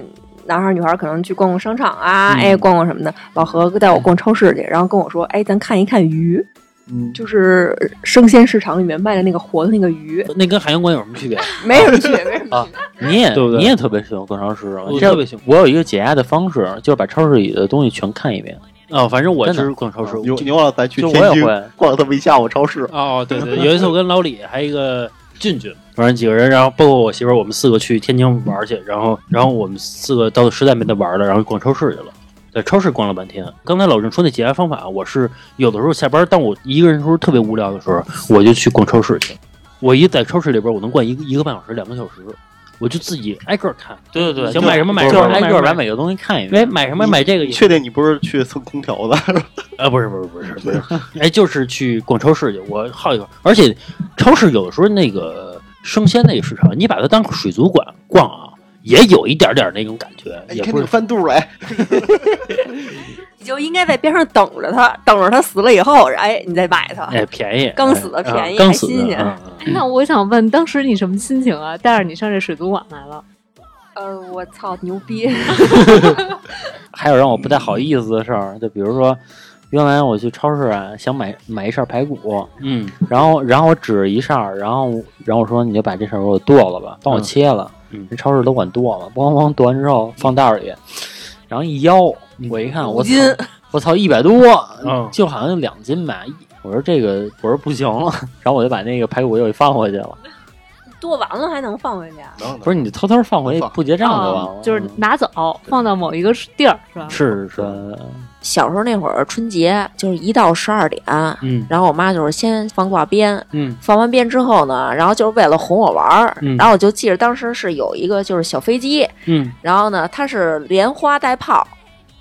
Speaker 5: 男孩儿女孩儿可能去逛逛商场啊，
Speaker 2: 嗯
Speaker 5: 哎，逛逛什么的，老何带我逛超市去，然后跟我说，哎，咱看一看鱼，
Speaker 3: 嗯，
Speaker 5: 就是生鲜市场里面卖的那个活的那个鱼，
Speaker 2: 那跟海洋馆有什么区别？
Speaker 5: 没什么
Speaker 2: [laughs]
Speaker 5: 区别，没什么区别。
Speaker 4: 对，你也
Speaker 2: 对不对
Speaker 4: 你也特别喜欢逛超市，
Speaker 2: 我
Speaker 4: 这
Speaker 2: 特别喜欢
Speaker 4: 我有一个解压的方式，就是把超市里的东西全看一遍，
Speaker 2: 啊，反正我
Speaker 4: 真
Speaker 2: 就
Speaker 4: 的啊
Speaker 2: 是逛超市。
Speaker 3: 你你忘了咱去
Speaker 4: 就
Speaker 3: 天
Speaker 4: 我也
Speaker 3: 津
Speaker 4: 会
Speaker 3: 逛了这么一下午超市，
Speaker 2: 哦，对 [laughs] 对，有一次我跟老李还有一个俊俊，反正几个人，然后包括我媳妇儿，我们四个去天津玩儿去，然后然后我们四个到实在没得玩儿了，然后逛超市去了。在超市逛了半天。刚才老郑说那解压方法，我是有的时候下班，当我一个人的时候特别无聊的时候，我就去逛超市去。我一在超市里边，我能逛一个一个半小时、两个小时，我就自己挨个儿看，
Speaker 4: 对对对，
Speaker 2: 想
Speaker 4: 就
Speaker 2: 买什么买
Speaker 4: 就是
Speaker 2: 什么
Speaker 4: 挨
Speaker 2: 买
Speaker 4: 个
Speaker 2: 什么
Speaker 4: 把每个东西看一遍。
Speaker 2: 哎，买什么买这个也
Speaker 3: 确定你不是去蹭空调的？
Speaker 2: 啊，不是不是不是不是，哎，就是去逛超市去，我耗一会儿。而且超市有的时候那个生鲜那个市场，你把它当水族馆逛啊，也有一点点那种感觉，
Speaker 3: 哎你
Speaker 2: 也
Speaker 3: 看
Speaker 2: 不是
Speaker 3: 这个。翻肚儿，哎，
Speaker 5: 你就应该在边上等着它，等着它死了以后，哎，你再买它。
Speaker 2: 哎，便宜，
Speaker 5: 刚死的
Speaker 2: 哎啊
Speaker 5: 便宜
Speaker 2: 刚
Speaker 5: 还
Speaker 2: 死的，
Speaker 5: 新鲜
Speaker 2: 嗯嗯
Speaker 6: [laughs] 那我想问，当时你什么心情啊？带着你上这水族馆来了，
Speaker 5: 呃，我操，牛逼！
Speaker 4: 还有让我不太好意思的事儿，就比如说，原来我去超市啊，想买买一扇排骨，
Speaker 2: 嗯
Speaker 4: 然后然后我指着一扇儿，然后然后我说你就把这扇儿给我剁了吧，帮我
Speaker 2: 嗯
Speaker 4: 切了。
Speaker 2: 嗯
Speaker 4: 这超市都管剁了，咣咣剁完之后放袋儿里，然后一腰，我一看我操，我操一百多，
Speaker 2: 嗯
Speaker 4: 就好像就两斤吧。我说这个 [laughs] 我说不行了，然后我就把那个排骨又给放回去了。
Speaker 5: 剁完了还能放回去啊？
Speaker 3: 能
Speaker 4: 不是你偷偷放回去不结账就完了，
Speaker 6: 哦就是拿走，放到某一个地儿，是吧？
Speaker 2: 是是
Speaker 4: 是
Speaker 2: 是，
Speaker 7: 小时候那会儿春节就是一到十二点，
Speaker 2: 嗯
Speaker 7: 然后我妈就是先放挂鞭，
Speaker 2: 嗯
Speaker 7: 放完鞭之后呢，然后就是为了哄我玩儿，
Speaker 2: 嗯
Speaker 7: 然后我就记着当时是有一个就是小飞机，
Speaker 2: 嗯
Speaker 7: 然后呢它是连花带炮，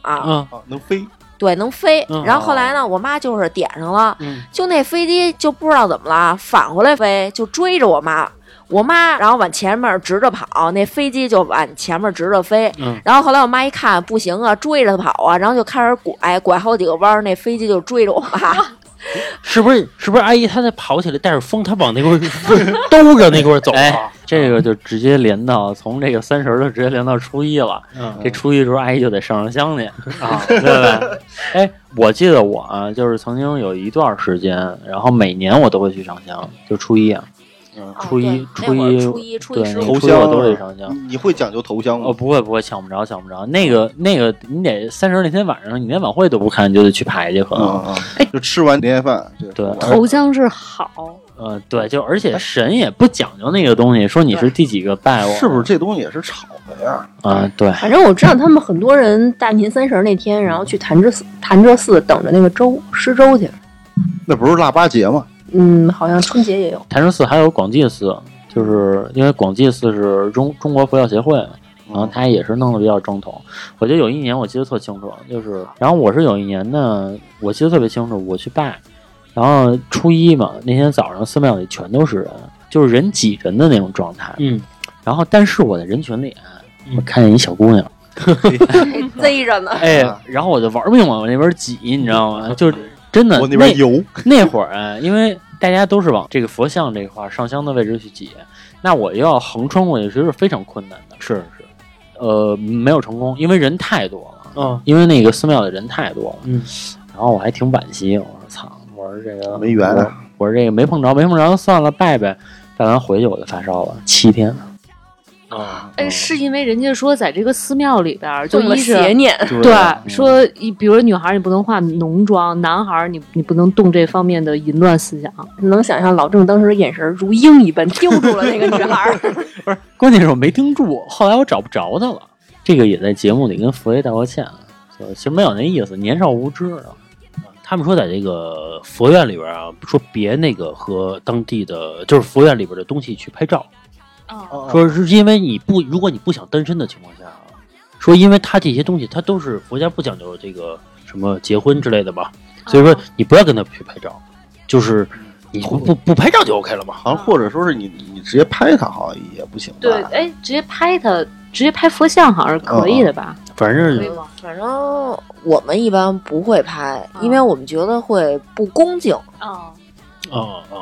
Speaker 7: 啊，
Speaker 2: 啊
Speaker 3: 啊，能飞，
Speaker 7: 对，能飞。
Speaker 2: 嗯
Speaker 7: 然后后来呢，我妈就是点上了，
Speaker 2: 嗯
Speaker 7: 就那飞机就不知道怎么了，返回来飞，就追着我妈。我妈然后往前面直着跑，那飞机就往前面直着飞。
Speaker 2: 嗯
Speaker 7: 然后后来我妈一看不行啊，追着她跑啊，然后就开始拐，拐好几个弯儿，那飞机就追着我妈。 [laughs]
Speaker 2: 是不是是不是阿姨她在跑起来带着风，她往那块儿不是兜着那块儿走啊？
Speaker 4: 这个就直接连到从这个三十儿就直接连到初一了。
Speaker 2: 嗯
Speaker 4: 这初一的时候，阿姨就得上上香去啊，对不对？哎，我记得我啊，就是曾经有一段时间，然后每年我都会去上香，就初一啊，初一
Speaker 7: 哦对那会
Speaker 4: 初
Speaker 7: 儿初
Speaker 4: 一
Speaker 7: 一、初一
Speaker 4: 对
Speaker 7: 十
Speaker 4: 那
Speaker 7: 五
Speaker 4: 头
Speaker 3: 头，
Speaker 4: 初一我
Speaker 3: 香
Speaker 4: 都得上香
Speaker 3: 你你会讲究头香
Speaker 4: 啊哦，
Speaker 3: 吗？
Speaker 4: 不会不会，抢不着抢不着。那个那个，你得三十儿那天晚上，你连晚会都不看，你就得去排去，可能。
Speaker 3: 嗯嗯，就哎吃完年夜饭，这
Speaker 4: 对
Speaker 3: 玩意儿
Speaker 2: 哎
Speaker 6: 头香是好，
Speaker 2: 哦
Speaker 4: 呃，对，就而且神也不讲究那个东西，说你是第几个拜我，
Speaker 3: 是不是这东西也是炒的呀？
Speaker 4: 啊？对，
Speaker 5: 反正我知道他们很多人大年三十那天，然后去潭柘寺，潭柘寺等着那个粥施粥
Speaker 7: [laughs]
Speaker 5: 去。
Speaker 3: 那不是腊八节吗？
Speaker 5: 嗯，好像春节也有。
Speaker 4: 潭柘寺还有广济寺，就是因为广济寺是中中国佛教协会，
Speaker 2: 啊
Speaker 4: 然
Speaker 3: 嗯
Speaker 4: 后他也是弄得比较正统。我记得有一年我记得特清楚，就是然后我是有一年呢，我记得特别清楚，我去拜，然后初一嘛，那天早上寺庙里全都是人，就是人挤人的那种状态。
Speaker 2: 嗯
Speaker 4: 然后但是我在人群里
Speaker 2: 嗯，
Speaker 4: 我看见一小姑娘，
Speaker 5: 贼着呢，
Speaker 4: 哎
Speaker 3: 啊，
Speaker 4: 然后我就玩命往我那边挤，你知道吗？就是真的
Speaker 3: 我那边油，
Speaker 4: [laughs] 那会儿啊，因为大家都是往这个佛像这块儿上香的位置去挤，那我要横穿过去，其实是非常困难的。
Speaker 2: 是是
Speaker 4: 呃，没有成功，因为人太多了，
Speaker 2: 嗯
Speaker 4: 因为那个寺庙的人太多了。
Speaker 2: 嗯，
Speaker 4: 然后我还挺惋惜，我说操，我说这个
Speaker 3: 没缘啊
Speaker 4: 我，我说这个没碰着，没碰着算了，拜拜。拜完回去我就发烧了，七天。
Speaker 2: 啊
Speaker 6: 哎，是因为人家说在这个寺庙里边儿，就
Speaker 5: 中了
Speaker 6: 一是
Speaker 5: 邪念。
Speaker 3: 就是
Speaker 6: 对，
Speaker 2: 啊
Speaker 6: 说一比如女孩儿你不能化浓妆，男孩儿你你不能动这方面的淫乱思想。
Speaker 5: 能想象老郑当时眼神如鹰一般 [laughs] 盯住了那个女孩儿。
Speaker 4: 不是，关键是我没盯住，后来我找不着他了。这个也在节目里跟佛爷道过
Speaker 2: 啊
Speaker 4: 歉，就其实没有那意思，年少无知啊。
Speaker 2: 他们说在这个佛院里边啊，说别那个和当地的就是佛院里边的东西去拍照，哦说是因为你不如果你不想单身的情况下啊，说因为他这些东西他都是佛家不讲究这个什么结婚之类的吧，所
Speaker 5: 哦
Speaker 2: 以说你不要跟他去拍照，就是你不不不拍照就 OK 了嘛。
Speaker 3: 好像或者说是你你直接拍它，好像也不行吧？
Speaker 6: 对，
Speaker 3: [laughs]
Speaker 6: 哎，直接拍他，直接拍佛像好像是可以的吧？
Speaker 2: 反
Speaker 6: 可以
Speaker 2: 正
Speaker 6: 吗？
Speaker 7: 反正我们一般不会拍，
Speaker 6: 啊
Speaker 5: 嗯
Speaker 7: 因为我们觉得会不恭敬。
Speaker 6: 啊，
Speaker 2: 啊啊，
Speaker 4: 嗯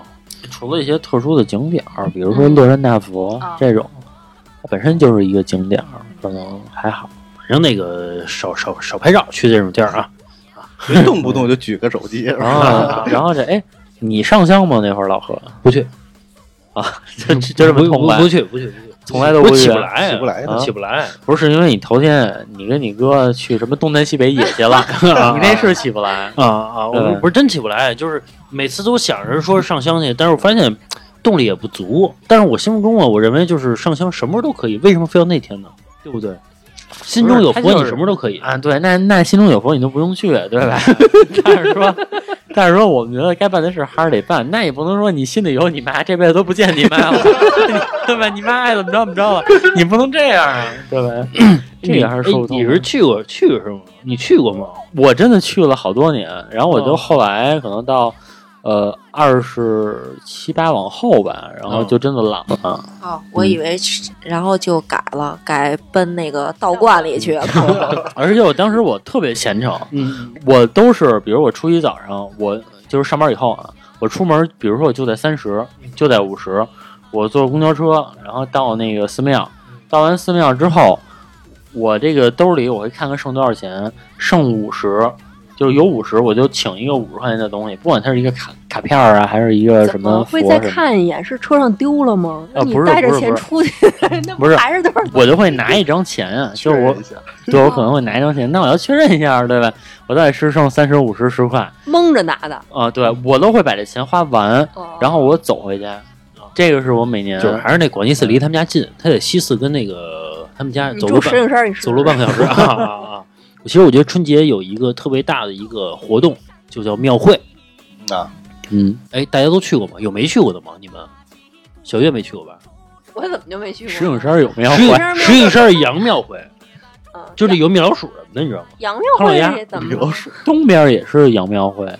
Speaker 4: 除了一些特殊的景点儿，比如说乐山大佛、
Speaker 6: 啊
Speaker 4: 这种，它本身就是一个景点儿，可能还好。
Speaker 2: 反正那个少少少拍照，去这种地儿啊。
Speaker 3: 别动不动就举个手机，是
Speaker 4: 然
Speaker 3: 吧
Speaker 4: 后， [laughs] 然后这哎，你上香吗？那会儿老何
Speaker 2: 不去，
Speaker 4: 就就这么痛快
Speaker 2: 嗯不，去不去不去，
Speaker 4: 从来都
Speaker 2: 我
Speaker 4: 不去
Speaker 2: 起不来，
Speaker 3: 起不来
Speaker 2: 啊起不来。
Speaker 4: 不是因为你头天你跟你哥去什么东南西北野 [laughs] 去了，啊
Speaker 2: [laughs]
Speaker 4: 你那是起不来。
Speaker 2: 啊啊！我
Speaker 4: 对
Speaker 2: 不是真起不来，就是每次都想着说上香去，但是我发现动力也不足。但是我心目中啊，我认为就是上香什么时候都可以，为什么非要那天呢？对不对？哎心中有
Speaker 4: 不
Speaker 2: 佛，
Speaker 4: 是他就
Speaker 2: 你
Speaker 4: 是
Speaker 2: 什么都可以。
Speaker 4: 啊，对，那那心中有佛你就不用去，对吧？ [laughs] 但是说，但是说，我们觉得该办的事还是得办，那也不能说你心里有你妈，这辈子都不见你妈了， [laughs] 对吧？你妈爱怎么着怎么着了，你不能这样啊，对吧？这个还哎是说不
Speaker 2: 你哎
Speaker 4: 通
Speaker 2: 你
Speaker 4: 的。
Speaker 2: 是去过去过是吗？你去过吗？
Speaker 4: 我真的去了好多年，然后我就
Speaker 2: 哦
Speaker 4: 后来可能到。呃，二十七八往后吧，然后
Speaker 2: 嗯
Speaker 4: 就真的懒了。
Speaker 7: 哦，我以为是，然后就改了，改奔那个道观里去了。
Speaker 4: 而且我当时我特别虔诚，
Speaker 2: 嗯，
Speaker 4: 我都是，比如我初一早上，我就是上班以后啊，我出门，比如说我就在三十，就在五十，我坐公交车，然后到那个寺庙，到完寺庙之后，我这个兜里我会看看剩多少钱，剩五十，就是有五十，我就请一个五十块钱的东西，不管它是一个卡卡片儿啊，还是一个什么佛
Speaker 5: 会
Speaker 4: 什
Speaker 5: 再
Speaker 4: 么的，
Speaker 5: 看一眼？是车上丢了吗？
Speaker 4: 啊
Speaker 5: 你
Speaker 4: 不是
Speaker 5: 带着
Speaker 4: 不是
Speaker 5: 钱
Speaker 4: 不是嗯
Speaker 5: 出去，那
Speaker 4: 不是
Speaker 5: 还是多少？
Speaker 4: 我就会拿一张钱啊，就是我
Speaker 3: 确认一下
Speaker 4: 对我可能会拿一张钱，那我要确认一下，对吧？我到底是剩三十、五十、十块
Speaker 5: 蒙着拿的。
Speaker 4: 啊、对我都会把这钱花完。
Speaker 5: 哦
Speaker 4: 然后我走回家，这个是我每年
Speaker 2: 啊就是还是那广西寺离他们家近，他在西四跟那个他们家
Speaker 5: 你
Speaker 2: 走路
Speaker 5: 住石
Speaker 2: 半
Speaker 5: 景山，你是
Speaker 2: 走路半个 [laughs] 小时啊啊啊！其实我觉得春节有一个特别大的一个活动，就叫庙会。
Speaker 3: 啊，
Speaker 4: 嗯，
Speaker 2: 哎，大家都去过吗？有没去过的吗？你们？小月没去过吧？
Speaker 5: 我怎么就没去过？
Speaker 4: 石景山有没有
Speaker 2: 石景
Speaker 4: 会？
Speaker 5: 山
Speaker 2: 石景山是杨庙会，
Speaker 5: 嗯，
Speaker 2: 就是有米老鼠什么的，你知道吗？
Speaker 5: 洋庙
Speaker 2: 唐老
Speaker 5: 会
Speaker 2: 鸭
Speaker 5: 是怎么
Speaker 3: 有
Speaker 5: 了？ [laughs]
Speaker 3: 时
Speaker 4: 东边也是杨庙会，
Speaker 2: 啊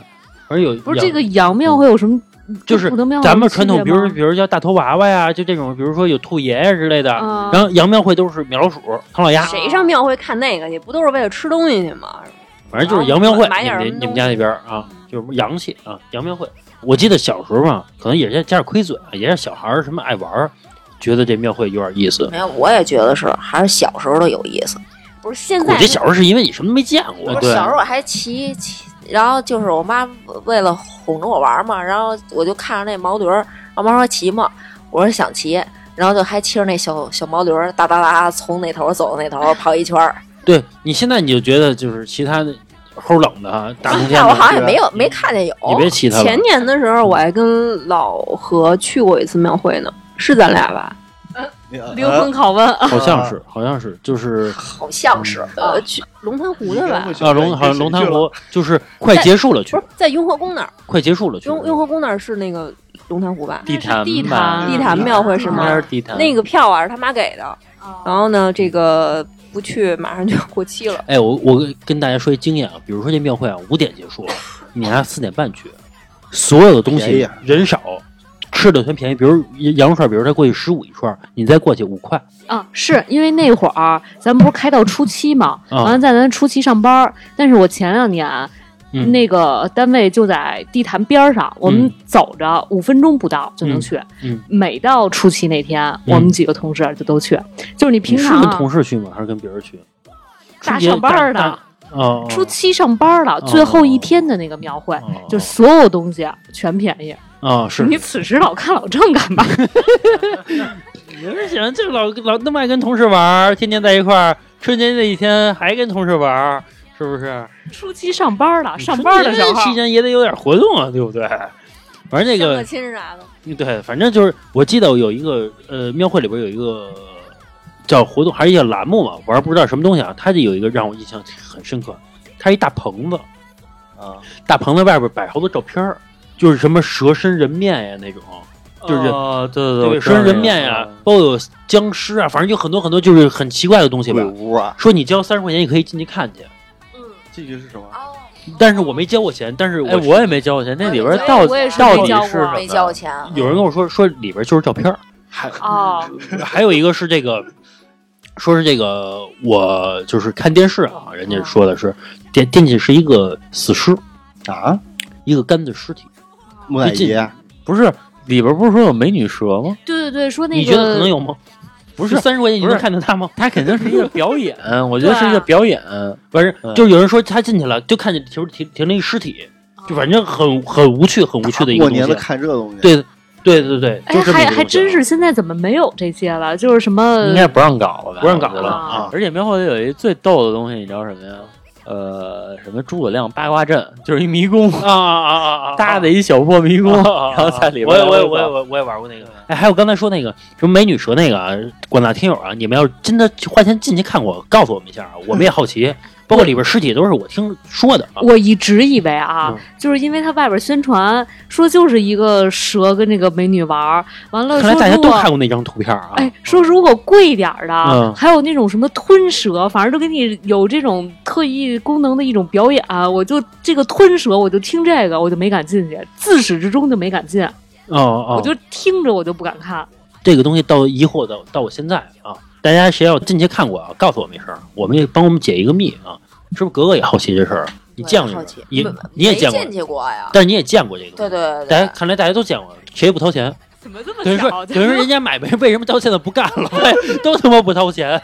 Speaker 2: 而有
Speaker 6: 不是
Speaker 2: 羊
Speaker 6: 这个洋庙会有什么？
Speaker 2: 就是
Speaker 6: 普通庙会
Speaker 2: 咱
Speaker 6: 有
Speaker 2: 们
Speaker 6: 区
Speaker 2: 传
Speaker 6: 别
Speaker 2: 统，比如
Speaker 6: 吗
Speaker 2: 比如叫大头娃娃呀，就这种，比如说有兔爷爷之类的。
Speaker 6: 啊
Speaker 2: 然后杨庙会都是米老鼠、唐老
Speaker 4: 哎
Speaker 2: 鸭，
Speaker 5: 谁上庙会看那个去？不都是为了吃东西去吗？
Speaker 2: 反正就是杨庙会
Speaker 5: 买。
Speaker 2: 你
Speaker 5: 点
Speaker 2: 们
Speaker 5: 什
Speaker 2: 那
Speaker 5: 么
Speaker 2: 你们家那边啊，就是洋气啊，杨庙会。我记得小时候嘛，可能也是家长亏损，啊也是小孩儿什么爱玩儿，觉得这庙会有点意思。
Speaker 7: 没有，我也觉得是，还是小时候的有意思。
Speaker 5: 不是现
Speaker 2: 我
Speaker 5: 在
Speaker 2: 觉得小时候是因为你什么都没见过
Speaker 7: 不，是
Speaker 2: 呃对
Speaker 7: 小时候我还骑骑，然后就是我妈为了哄着我玩嘛，然后我就看着那毛驴儿，然后妈说骑嘛，我说想骑，然后就还骑着那小小毛驴儿哒哒哒从那头走到那头跑一圈儿。
Speaker 2: 对你现在你就觉得就是其他的齁冷的啊大冬天
Speaker 7: 但
Speaker 2: 的，
Speaker 7: 我好像也
Speaker 2: 对吧
Speaker 7: 没有没看见有。
Speaker 2: 你别骑它了
Speaker 5: 前。年的时候，我还跟老何去过一次庙会呢，是咱俩吧？
Speaker 6: 灵魂拷问啊！
Speaker 2: 好像是，好像是，就是
Speaker 7: 好像
Speaker 2: 嗯
Speaker 7: 是，
Speaker 5: 呃，去龙潭湖的吧？
Speaker 2: 啊，龙好像龙潭湖就是快结束了去
Speaker 5: 不是，在雍和宫那儿，
Speaker 2: 快结束了去。
Speaker 5: 雍雍和宫那儿是那个龙潭湖吧？
Speaker 4: 地坛
Speaker 6: 地啊
Speaker 4: 吧
Speaker 6: 坛
Speaker 5: 地坛庙会是
Speaker 4: 应该
Speaker 5: 吗
Speaker 4: 是？地
Speaker 2: 嗯
Speaker 4: 坛
Speaker 5: 那个票啊是他妈给的，然后呢，这个不去马上就要过期了。
Speaker 2: 哎，我我跟大家说一经验啊，比如说这庙会啊，五点结束，你还四点半去，所有的东
Speaker 3: 便宜
Speaker 2: 西
Speaker 3: 啊
Speaker 2: 人少，吃的全便宜。比如羊肉串，比如他过去十五一串，你再过去五块，
Speaker 6: 啊，是因为那会儿咱不是开到初七嘛，
Speaker 2: 啊
Speaker 6: 完了在咱初七上班儿，但是我前两年啊。
Speaker 2: 嗯
Speaker 6: 那个单位就在地坛边儿上，我们
Speaker 2: 嗯
Speaker 6: 走着五分钟不到就能去。
Speaker 2: 嗯
Speaker 6: 每到初七那天，
Speaker 2: 嗯
Speaker 6: 我们几个同事就都去。就是你平
Speaker 2: 你是
Speaker 6: 常
Speaker 2: 跟
Speaker 6: 啊
Speaker 2: 同事去吗？还是跟别人去？
Speaker 6: 大
Speaker 2: 春节
Speaker 6: 上班儿
Speaker 2: 大
Speaker 6: 的，
Speaker 2: 大哦，
Speaker 6: 初七上班儿了，最后一天的那个庙会，
Speaker 2: 哦
Speaker 6: 就所有东西啊全便宜。
Speaker 2: 啊是。
Speaker 6: 你此时老看老郑
Speaker 2: [laughs]
Speaker 6: 干嘛？
Speaker 2: 你是想这老老那么爱跟同事玩，天天在一块儿，春节那一天还跟同事玩，是不是？
Speaker 6: 初七上班儿了，上班儿的时候
Speaker 2: 期间也得有点活动啊，对不对？反正那
Speaker 5: 相
Speaker 2: 个
Speaker 5: 个亲啥的，
Speaker 2: 嗯对，反正就是我记得有一个呃庙会里边有一个叫活动，还是一个栏目嘛，玩不知道什么东西啊，它就有一个让我印象很深刻，它一大棚子，
Speaker 3: 啊，
Speaker 2: 大棚子外边摆好多照片儿就是什么蛇身人面呀那种，就是
Speaker 4: 哦对对
Speaker 2: 对，
Speaker 4: 我知
Speaker 2: 蛇身
Speaker 4: 道那
Speaker 2: 人
Speaker 4: 个
Speaker 2: 面呀
Speaker 4: 嗯，
Speaker 2: 包括有僵尸啊，反正有很多很多就是很奇怪的东西吧
Speaker 3: 鬼。屋啊，
Speaker 2: 说你交三十块钱也可以进去看去，
Speaker 3: 这个是什么？
Speaker 5: 啊
Speaker 2: 但是我没交过钱，但是我
Speaker 4: 哎，我也没交过钱，那里边
Speaker 7: 我也
Speaker 4: 到
Speaker 6: 我也是
Speaker 4: 到底
Speaker 6: 没交
Speaker 4: 是
Speaker 6: 过啊
Speaker 4: 什么
Speaker 7: 没交钱，
Speaker 2: 有人跟我说说里边就是照片儿
Speaker 6: 哦，
Speaker 2: 还有一个是这个，说是这个，我就是看电视
Speaker 6: 哦
Speaker 2: 啊，人家说的是电电器是一个死尸，
Speaker 3: 啊，
Speaker 2: 一个干的尸体。
Speaker 3: 木乃伊啊，
Speaker 4: 不是里边不是说有美女蛇吗？
Speaker 6: 对对对，说那个
Speaker 2: 你觉得可能有吗？不
Speaker 4: 是
Speaker 2: 三十块钱你
Speaker 4: 不是
Speaker 2: 能看到他吗？
Speaker 4: 它肯定是一个表 [laughs] 演，嗯我觉得是一个表演。
Speaker 2: 不是
Speaker 4: 嗯，
Speaker 2: 就是有人说他进去了，就看见停停停了一尸体，
Speaker 6: 哦
Speaker 2: 就反正很很无趣、很无趣的一个
Speaker 3: 啊过
Speaker 2: 东西
Speaker 3: 年的。看这东西，，
Speaker 2: 对对对对，
Speaker 6: 哎
Speaker 2: 就，这么一
Speaker 6: 还
Speaker 2: 个
Speaker 6: 还
Speaker 2: 东西
Speaker 6: 真是，现在怎么没有这些了？就是什么啊
Speaker 4: 应该不让搞了吧？
Speaker 2: 不让搞
Speaker 4: 我
Speaker 2: 了
Speaker 4: 觉得
Speaker 2: 啊
Speaker 4: 而且庙会里有一最逗的东西，你知道什么呀？呃什么诸葛亮八卦阵，就是一迷宫， [laughs]
Speaker 2: 啊啊啊啊啊！
Speaker 4: 搭的一小破 [laughs] 迷
Speaker 2: [laughs]
Speaker 4: 宫，
Speaker 2: 啊
Speaker 4: 然后在里边
Speaker 2: 我也
Speaker 4: 来
Speaker 2: 我
Speaker 4: 回
Speaker 2: 也
Speaker 4: 走。
Speaker 2: 我也我也我也玩过那个。哎，还有刚才说那个什么美女蛇那个，啊，广大听友啊，你们要是真的花钱进去看过，告诉我们一下啊，我们也好奇。包括里边尸体都是我听说的啊。
Speaker 6: 我一直以为啊，
Speaker 2: 嗯
Speaker 6: 就是因为他外边宣传说就是一个蛇跟这个美女玩儿，完了
Speaker 2: 看来大
Speaker 6: 说
Speaker 2: 家
Speaker 6: 如
Speaker 2: 都
Speaker 6: 果
Speaker 2: 看过那张图片啊。
Speaker 6: 哎，说如果贵一点儿的，
Speaker 2: 嗯
Speaker 6: 还有那种什么吞蛇，反正都给你有这种特异功能的一种表演、啊我就这个吞蛇，我就听这个，我就没敢进去，自始至终就没敢进，
Speaker 2: 哦哦，
Speaker 6: 我就听着我就不敢看。
Speaker 2: 这个东西到疑惑到到我现在啊，大家谁要进去看过啊，告诉我们一声，我们也帮我们解一个密啊。是不是格格也好奇这事儿？你见过
Speaker 7: 好
Speaker 2: 吗
Speaker 7: 奇？
Speaker 2: 你
Speaker 7: 没
Speaker 2: 你也
Speaker 7: 没
Speaker 2: 见过，
Speaker 7: 进去过呀？
Speaker 2: 但是你也见过这个。
Speaker 7: 对对。对
Speaker 2: 大家
Speaker 7: 对，
Speaker 2: 看来大家都见过，谁也不掏钱。
Speaker 6: 怎么这
Speaker 2: [laughs]
Speaker 6: 么
Speaker 2: 等于说，等于说人家买呗，为什么到现在不干了呗？ [laughs] 都他妈不掏钱，